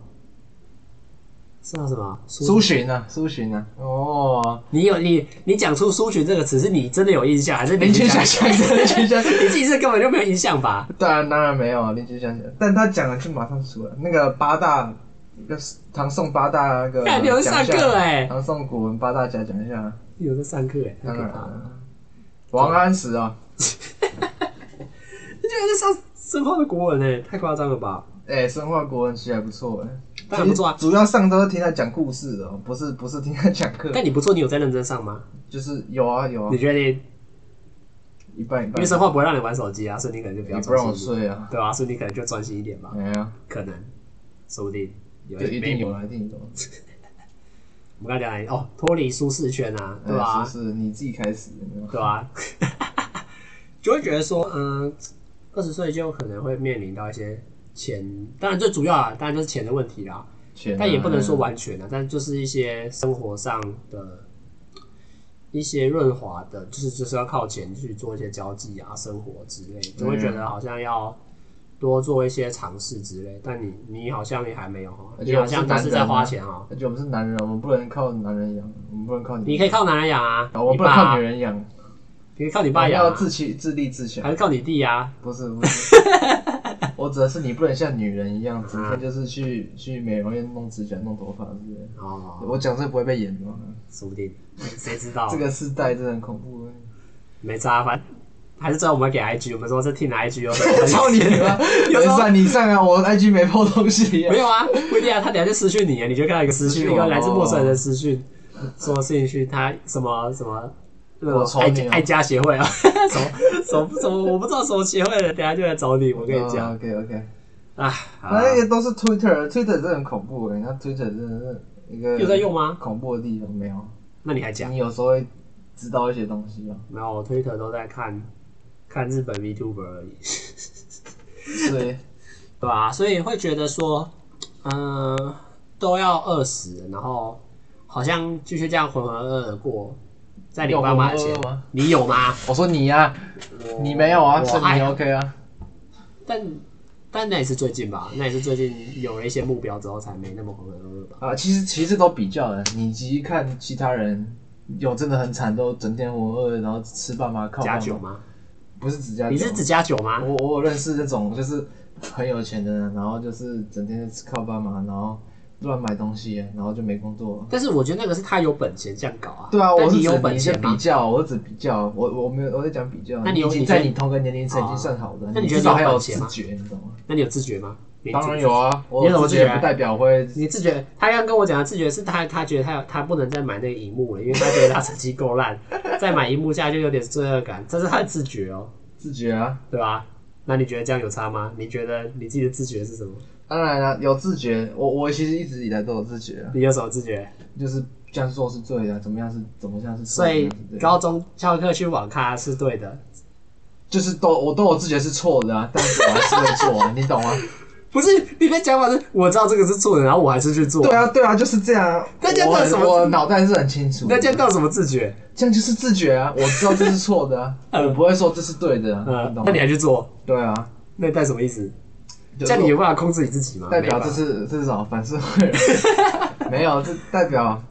[SPEAKER 1] 是叫什么苏
[SPEAKER 2] 苏洵啊，苏洵啊，哦，
[SPEAKER 1] 你有你你讲出“苏洵”这个词，是你真的有印象，还是
[SPEAKER 2] 林青
[SPEAKER 1] 想
[SPEAKER 2] 霞 想起来，林青霞
[SPEAKER 1] 你自己是根本就没有印象吧？
[SPEAKER 2] 当然当然没有，啊林居想起来，但他讲了就马上出来。那个八大，要是唐宋八大那个
[SPEAKER 1] 干你有
[SPEAKER 2] 奖
[SPEAKER 1] 上
[SPEAKER 2] 项
[SPEAKER 1] 课欸
[SPEAKER 2] 唐宋古文八大家讲一下，
[SPEAKER 1] 有在上课哎，太
[SPEAKER 2] 当
[SPEAKER 1] 可
[SPEAKER 2] 然
[SPEAKER 1] 怕了！
[SPEAKER 2] 啊王安石啊，
[SPEAKER 1] 你居然在上生化的国文哎，太夸张了吧？
[SPEAKER 2] 哎、生化国文其实还不错哎、
[SPEAKER 1] 当然不错啊
[SPEAKER 2] 其实主要上都是听他讲故事的哦，不是不是听他讲课，
[SPEAKER 1] 但你不错，你有在认真上吗？
[SPEAKER 2] 就是有啊有啊
[SPEAKER 1] 你，觉得你
[SPEAKER 2] 一半一
[SPEAKER 1] 因
[SPEAKER 2] 半
[SPEAKER 1] 为，生化不会让你玩手机啊，所以你可能就比较
[SPEAKER 2] 也不
[SPEAKER 1] 专
[SPEAKER 2] 让我
[SPEAKER 1] 心一点，
[SPEAKER 2] 睡啊，
[SPEAKER 1] 对吧、所以你可能就专心一点吧，
[SPEAKER 2] 哎呀、
[SPEAKER 1] 可能，说不定有
[SPEAKER 2] 就一定。有
[SPEAKER 1] maybe
[SPEAKER 2] 啦，一定有，啊
[SPEAKER 1] 我们刚才讲哦，脱离舒适圈啊，对吧、
[SPEAKER 2] 哎是不是你自己开始有没有
[SPEAKER 1] 对啊， 就会觉得说，嗯，二十岁就可能会面临到一些钱，当然最主要啊，当然就是钱的问题啦，
[SPEAKER 2] 钱啊、
[SPEAKER 1] 但也不能说完全啊，但就是一些生活上的一些润滑的，就是就是要靠钱去做一些交际啊、生活之类，
[SPEAKER 2] 嗯
[SPEAKER 1] 就会觉得好像要。多做一些尝试之类，但你你好像也还没有哦，
[SPEAKER 2] 而且
[SPEAKER 1] 你好
[SPEAKER 2] 我是
[SPEAKER 1] 像都是在
[SPEAKER 2] 男人啊
[SPEAKER 1] 花钱哦。
[SPEAKER 2] 而且我们是男人，我们不能靠男人养，我们不能靠你，
[SPEAKER 1] 你可以靠男人养啊，
[SPEAKER 2] 啊，我
[SPEAKER 1] 你
[SPEAKER 2] 不能
[SPEAKER 1] 爸
[SPEAKER 2] 靠
[SPEAKER 1] 啊
[SPEAKER 2] 女人养，
[SPEAKER 1] 你可以靠你
[SPEAKER 2] 你
[SPEAKER 1] 爸养
[SPEAKER 2] 要
[SPEAKER 1] 啊，
[SPEAKER 2] 自欺自立自强
[SPEAKER 1] 还，是靠你弟啊？
[SPEAKER 2] 不是不 是，我指的是你不能像女人一样，整天就是去去美容院弄指甲、弄头发之类的。
[SPEAKER 1] 哦，
[SPEAKER 2] 我讲这不会被演吗？
[SPEAKER 1] 说不定，谁知道？
[SPEAKER 2] 这个世代真的很恐 怖。
[SPEAKER 1] 没差，反正还是最后我们给 IG，我们说是听 IG
[SPEAKER 2] 我
[SPEAKER 1] 哦。
[SPEAKER 2] 操你 妈！
[SPEAKER 1] 有时
[SPEAKER 2] 没
[SPEAKER 1] 候
[SPEAKER 2] 事啊，你上啊，我 IG 没破东西啊。
[SPEAKER 1] 没有啊，不一定啊，他等下就私讯你啊，你就看到一个私讯，
[SPEAKER 2] 私
[SPEAKER 1] 一
[SPEAKER 2] 讯我
[SPEAKER 1] 个来自陌生人的私讯，说兴趣他什么什么。那种
[SPEAKER 2] 啊我瞅
[SPEAKER 1] 爱
[SPEAKER 2] 你啊
[SPEAKER 1] 爱家协会啊， 什么什么什么，我不知道什么协会的，等下就来找你。 我跟你讲
[SPEAKER 2] 哦 OK OK，
[SPEAKER 1] 啊，好啦
[SPEAKER 2] 那那个都是 Twitter，Twitter 真的很恐怖哎，那 Twitter 真的是一个
[SPEAKER 1] 有在用吗？
[SPEAKER 2] 恐怖的地方没有？
[SPEAKER 1] 那你还讲？
[SPEAKER 2] 你有时候会知道一些东西啊，
[SPEAKER 1] 没有，我推特都在看看日本 Vtuber 而已。
[SPEAKER 2] 所以
[SPEAKER 1] 对吧、所以会觉得说，嗯、都要饿死，然后好像继续这样浑浑噩噩过，在领爸妈的
[SPEAKER 2] 你
[SPEAKER 1] 钱
[SPEAKER 2] 有浑浑噩噩吗，
[SPEAKER 1] 你有吗？
[SPEAKER 2] 我说你呀、啊，你没有啊，
[SPEAKER 1] 我
[SPEAKER 2] 所以
[SPEAKER 1] 还
[SPEAKER 2] 你 OK 啊？
[SPEAKER 1] 但但那也是最近吧，那也是最近有了一些目标之后，才没那么浑浑噩噩吧。
[SPEAKER 2] 啊，其实其实都比较的，你其实看其他人有真的很惨，都整天浑浑噩噩，然后吃爸妈靠
[SPEAKER 1] 加
[SPEAKER 2] 爸
[SPEAKER 1] 酒
[SPEAKER 2] 妈，
[SPEAKER 1] 吗？
[SPEAKER 2] 不是只加酒，
[SPEAKER 1] 你是只加酒吗？
[SPEAKER 2] 我我有认识那种就是很有钱的人，然后就是整天吃靠爸妈，然后乱买东西，然后就没工作。
[SPEAKER 1] 但是我觉得那个是他有本钱这样搞啊。
[SPEAKER 2] 对啊，
[SPEAKER 1] 但
[SPEAKER 2] 我是
[SPEAKER 1] 你
[SPEAKER 2] 指
[SPEAKER 1] 有本
[SPEAKER 2] 你在
[SPEAKER 1] 钱
[SPEAKER 2] 比
[SPEAKER 1] 吗？
[SPEAKER 2] 较，我是指比较，我我没有我在讲比较，
[SPEAKER 1] 那你有
[SPEAKER 2] 已
[SPEAKER 1] 你
[SPEAKER 2] 经在
[SPEAKER 1] 觉得
[SPEAKER 2] 你同个年龄层已经算好的，
[SPEAKER 1] 那你觉得
[SPEAKER 2] 至少
[SPEAKER 1] 你
[SPEAKER 2] 还
[SPEAKER 1] 有本
[SPEAKER 2] 有
[SPEAKER 1] 钱
[SPEAKER 2] 自
[SPEAKER 1] 吗
[SPEAKER 2] 觉，你懂吗？
[SPEAKER 1] 那你有自觉吗？你
[SPEAKER 2] 当然
[SPEAKER 1] 自
[SPEAKER 2] 有啊，
[SPEAKER 1] 你
[SPEAKER 2] 我
[SPEAKER 1] 怎么
[SPEAKER 2] 自己也
[SPEAKER 1] 觉得
[SPEAKER 2] 不代表我会
[SPEAKER 1] 你自觉，他刚跟我讲的自觉是他他觉得他有他不能再买那个荧幕了，因为他觉得他成绩够烂，再买荧幕下就有点罪恶感，这是他的自觉哦，
[SPEAKER 2] 自觉啊。
[SPEAKER 1] 对吧？那你觉得这样有差吗？你觉得你自己的自觉是什么？
[SPEAKER 2] 当然啦、有自觉，我我其实一直以来都有自觉啊，
[SPEAKER 1] 你有什么自觉？
[SPEAKER 2] 就是这样做是对的，怎么样是怎么样是
[SPEAKER 1] 所
[SPEAKER 2] 对
[SPEAKER 1] 以
[SPEAKER 2] 的，怎么样是对的
[SPEAKER 1] 高中翘课去网咖是对的，
[SPEAKER 2] 就是都我都有自觉是错的啊，但是我还是会做啊，你懂吗？
[SPEAKER 1] 不是你的讲法是我知道这个是错的，然后我还是去做，
[SPEAKER 2] 对啊，对啊，就是这样啊。
[SPEAKER 1] 那这样
[SPEAKER 2] 我
[SPEAKER 1] 叫什么
[SPEAKER 2] 我脑袋是很清楚的。
[SPEAKER 1] 那这样叫什么自觉？
[SPEAKER 2] 这样就是自觉啊，我知道这是错 的啊，
[SPEAKER 1] 嗯
[SPEAKER 2] 我不会说这是对的啊，
[SPEAKER 1] 呃
[SPEAKER 2] 你，懂
[SPEAKER 1] 那
[SPEAKER 2] 吗
[SPEAKER 1] 你？还去做，
[SPEAKER 2] 对啊，
[SPEAKER 1] 那你代什么意思？
[SPEAKER 2] 就
[SPEAKER 1] 这样你有办法控制你自己吗？
[SPEAKER 2] 代表
[SPEAKER 1] 没啊
[SPEAKER 2] 这
[SPEAKER 1] 办法
[SPEAKER 2] 是这是什么反社会人？ 没有，这代表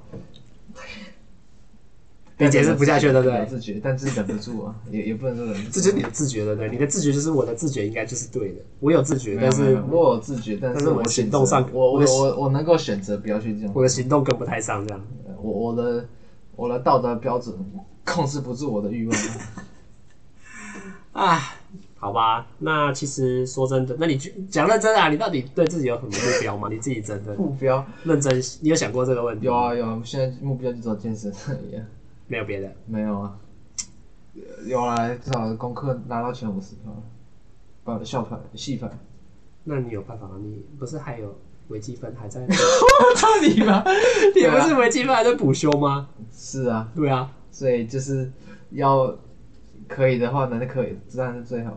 [SPEAKER 1] 你解释不下去了对不对
[SPEAKER 2] 代表自觉，但是忍不住啊，也也不能说忍不住。
[SPEAKER 1] 这就是你的自觉，对不对？你的自觉就是我的自觉，应该就是对的。我有自觉，
[SPEAKER 2] 没有
[SPEAKER 1] 但
[SPEAKER 2] 没
[SPEAKER 1] 是
[SPEAKER 2] 有我有自觉，但
[SPEAKER 1] 但
[SPEAKER 2] 是
[SPEAKER 1] 是我
[SPEAKER 2] 我选
[SPEAKER 1] 行
[SPEAKER 2] 择
[SPEAKER 1] 动上
[SPEAKER 2] 我
[SPEAKER 1] 我
[SPEAKER 2] 我
[SPEAKER 1] 的
[SPEAKER 2] 我我能够选择不要去这种
[SPEAKER 1] 我，的行动跟不太上，这样。
[SPEAKER 2] 我我的我的道德标准控制不住我的欲望啊。
[SPEAKER 1] 啊，好吧，那其实说真的，那你就讲认真啊，你到底对自己有什么目标吗？你自己真的
[SPEAKER 2] 目标
[SPEAKER 1] 认真，你有想过这个问题？
[SPEAKER 2] 有，啊有啊，现在目标就只有健身而已啊，
[SPEAKER 1] 没有别的。
[SPEAKER 2] 没有啊，呃有啊，至少功课拿到前五十分，把校牌戏 牌。
[SPEAKER 1] 那你有办法吗？你不是还有微积分还在？
[SPEAKER 2] 我操你 妈！
[SPEAKER 1] 你不是微积分还在补修吗？
[SPEAKER 2] 啊是啊，
[SPEAKER 1] 对啊，
[SPEAKER 2] 所以就是要可以的话，能可以，当然是最好。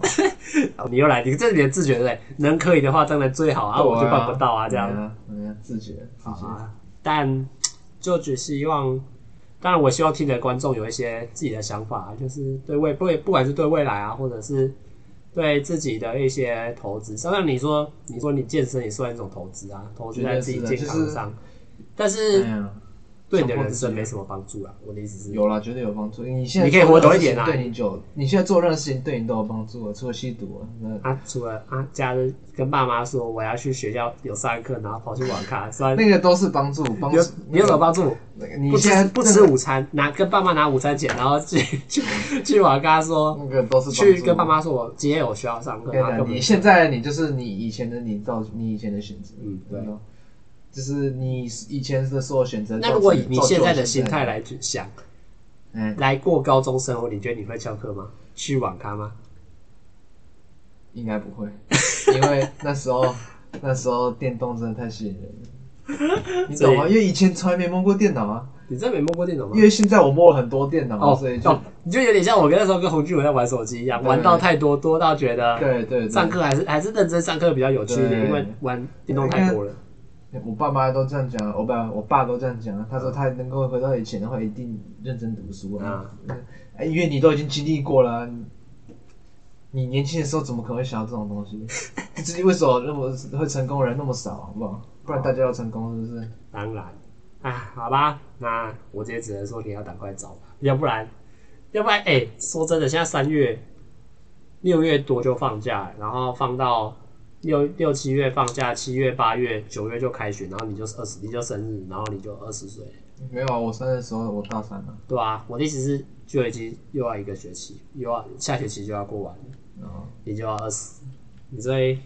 [SPEAKER 1] 你又来，你这是你的自觉对不对？能可以的话，当然最好啊，我就办不到啊，这样
[SPEAKER 2] 对。啊，对啊自觉，自觉。
[SPEAKER 1] 啊，但就只希望，当然我希望听的观众有一些自己的想法，啊就是对未不不管是对未来啊，或者是对自己的一些投资。像你说，你说你健身也算一种投资啊，投资在自己健
[SPEAKER 2] 绝对
[SPEAKER 1] 康
[SPEAKER 2] 是
[SPEAKER 1] 上
[SPEAKER 2] 啊，
[SPEAKER 1] 但
[SPEAKER 2] 哎
[SPEAKER 1] 是
[SPEAKER 2] 呀，
[SPEAKER 1] 对你的人生没什么帮助啊。我的意思是，
[SPEAKER 2] 有啦，绝对有帮助。你现在
[SPEAKER 1] 你可以活久一点啊
[SPEAKER 2] 做任何事情对你久，你现在做任何事情对你都有帮助啊，除了吸毒啊，那
[SPEAKER 1] 啊，除了啊，假日跟爸妈说我要去学校有上课，然后跑去网咖，虽然
[SPEAKER 2] 那个都是帮助，帮
[SPEAKER 1] 你有你有什么帮助？
[SPEAKER 2] 那个你
[SPEAKER 1] 不吃
[SPEAKER 2] 现在
[SPEAKER 1] 不吃午餐，拿跟爸妈拿午餐钱，然后去去去网咖说
[SPEAKER 2] 那个都是帮助
[SPEAKER 1] 去跟爸。妈说，啊我今天有需要上课，
[SPEAKER 2] 我跟你
[SPEAKER 1] 然后
[SPEAKER 2] 讲，
[SPEAKER 1] 跟我
[SPEAKER 2] 你
[SPEAKER 1] 们
[SPEAKER 2] 现在你就是你以前的你造你以前的选择，
[SPEAKER 1] 嗯对
[SPEAKER 2] 你知道，就是你以前的所有选择。
[SPEAKER 1] 那如果以
[SPEAKER 2] 造就
[SPEAKER 1] 你
[SPEAKER 2] 造就
[SPEAKER 1] 现在的
[SPEAKER 2] 现
[SPEAKER 1] 心
[SPEAKER 2] 在
[SPEAKER 1] 态，来去想，
[SPEAKER 2] 嗯，
[SPEAKER 1] 来过高中生活，你觉得你会翘课吗？去网咖吗？
[SPEAKER 2] 应该不会， 因为那时候那时候电动真的太吸引人 了，你懂吗？因为以前从来没摸过电脑啊，
[SPEAKER 1] 你真没摸过电脑吗
[SPEAKER 2] 因？为现在我摸了很多电脑，所以就、
[SPEAKER 1] 哦，你就有点像我跟那时候跟洪俊文在玩手机一样，
[SPEAKER 2] 对
[SPEAKER 1] 玩到太多，多到觉得
[SPEAKER 2] 对对对，
[SPEAKER 1] 上课还是还是认真上课比较有趣一点，
[SPEAKER 2] 对
[SPEAKER 1] 因为玩电动太多了。
[SPEAKER 2] 我爸妈都这样讲，啊我爸我爸都这样讲，啊他说他能够回到以前的话，一定认真读书啊，哎因为你都已经经历过了啊、你你年轻的时候怎么可能会想到这种东 西？这是为什么那么会成功的人那么少，好不好？不然大家要成功是不是？
[SPEAKER 1] 当然，啊，好吧，那我也只能说你要赶快找吧，要不然，要不然，哎、说真的，现在三月、六月多就放假了，然后放到六六七月放假，七月、八月、九月就开学，然后你就是二十，你就生日，然后你就二十岁，
[SPEAKER 2] 没有啊，我生日的时候我大三了、
[SPEAKER 1] 对啊，我的意思是，就已经又要一个学期，又要下学期就要过完了，
[SPEAKER 2] 然后
[SPEAKER 1] 你就要二十，你所以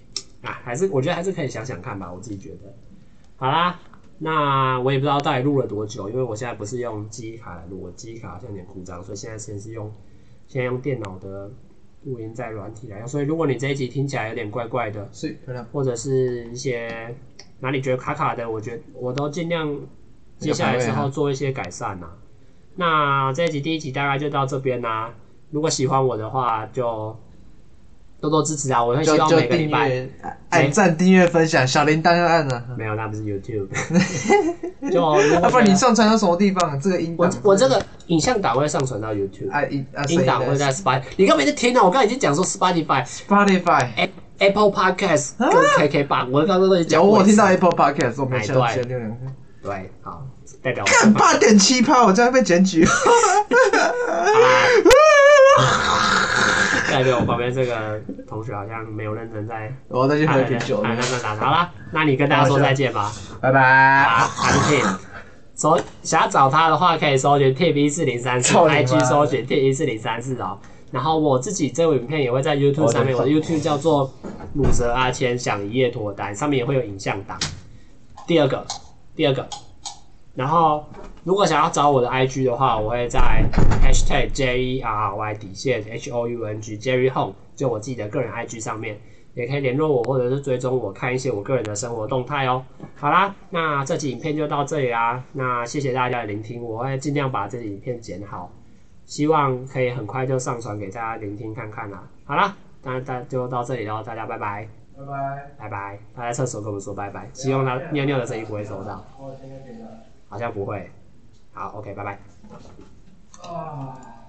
[SPEAKER 1] 啊，还是我觉得还是可以想想看吧，我自己觉得。好啦，那我也不知道到底录了多久，因为我现在不是用机卡来录，我机卡好像有点故障，所以现在先是用现在用电脑的录音在软体来用，所以如果你这一集听起来有点怪怪的，
[SPEAKER 2] 所以漂亮，
[SPEAKER 1] 或者是一些哪里觉得卡卡的，我觉得我都尽量接下来之
[SPEAKER 2] 啊
[SPEAKER 1] 后做一些改善呐、那这一集第一集大概就到这边啦、如果喜欢我的话，就多多支持啊！我会希
[SPEAKER 2] 就
[SPEAKER 1] 望
[SPEAKER 2] 就
[SPEAKER 1] 每个礼
[SPEAKER 2] 订
[SPEAKER 1] 拜
[SPEAKER 2] 阅、按赞、订阅、分享，小铃铛要按啊。
[SPEAKER 1] 没有，那不是 YouTube。就如
[SPEAKER 2] 要、
[SPEAKER 1] 果
[SPEAKER 2] 啊不然你上传到什么地方？啊这个音
[SPEAKER 1] 我
[SPEAKER 2] 档
[SPEAKER 1] 我这个影像档会上传到 YouTube，
[SPEAKER 2] 啊音啊
[SPEAKER 1] 音档会在 Spotify。你刚没在听啊？我刚才已经讲说 Spotify、
[SPEAKER 2] Spotify。
[SPEAKER 1] A- Apple Podcast 跟 KK 吧，我刚刚都已经讲
[SPEAKER 2] 啊有
[SPEAKER 1] 过
[SPEAKER 2] 我
[SPEAKER 1] 一次
[SPEAKER 2] 听到 Apple Podcast，我没
[SPEAKER 1] 哎
[SPEAKER 2] 下
[SPEAKER 1] 对
[SPEAKER 2] 前六两天。
[SPEAKER 1] 对，好，代表我
[SPEAKER 2] 干八点七趴，我这样被检举。
[SPEAKER 1] 代表我旁边这个同学好像没有认真在
[SPEAKER 2] 我再去
[SPEAKER 1] 看
[SPEAKER 2] 喝
[SPEAKER 1] 了
[SPEAKER 2] 啤酒了
[SPEAKER 1] 啊，那那那好啦，那你跟大家说再见吧。
[SPEAKER 2] 拜拜
[SPEAKER 1] 啊。，安定。搜想要找他的话，可以搜寻 tip 一四零三四
[SPEAKER 2] 操你妈的
[SPEAKER 1] ，IG 搜寻 tip 一四零三四哦。然后我自己这部影片也会在 YouTube 上面，我的 YouTube 叫做鲁蛇阿谦想一夜脱单，上面也会有影像档。第二个，第二个，然后如果想要找我的 IG 的话，我会在 hashtag J E R R Y 底线 H O U N G Jerry Hong，就我自己的个人 IG 上面，也可以联络我，或者是追踪我，看一些我个人的生活动态哦。好啦，那这期影片就到这里啦，那谢谢大家的聆听，我会尽量把这期影片剪好，希望可以很快就上传给大家聆听看看啦。好啦，那大就到这里喽，大家拜拜，
[SPEAKER 2] 拜拜。
[SPEAKER 1] 拜拜，他在厕所跟我们说拜拜，希望他尿尿的声音不会收到。
[SPEAKER 2] 我先给你了。
[SPEAKER 1] 好像不会。好，OK，拜拜。
[SPEAKER 2] 啊。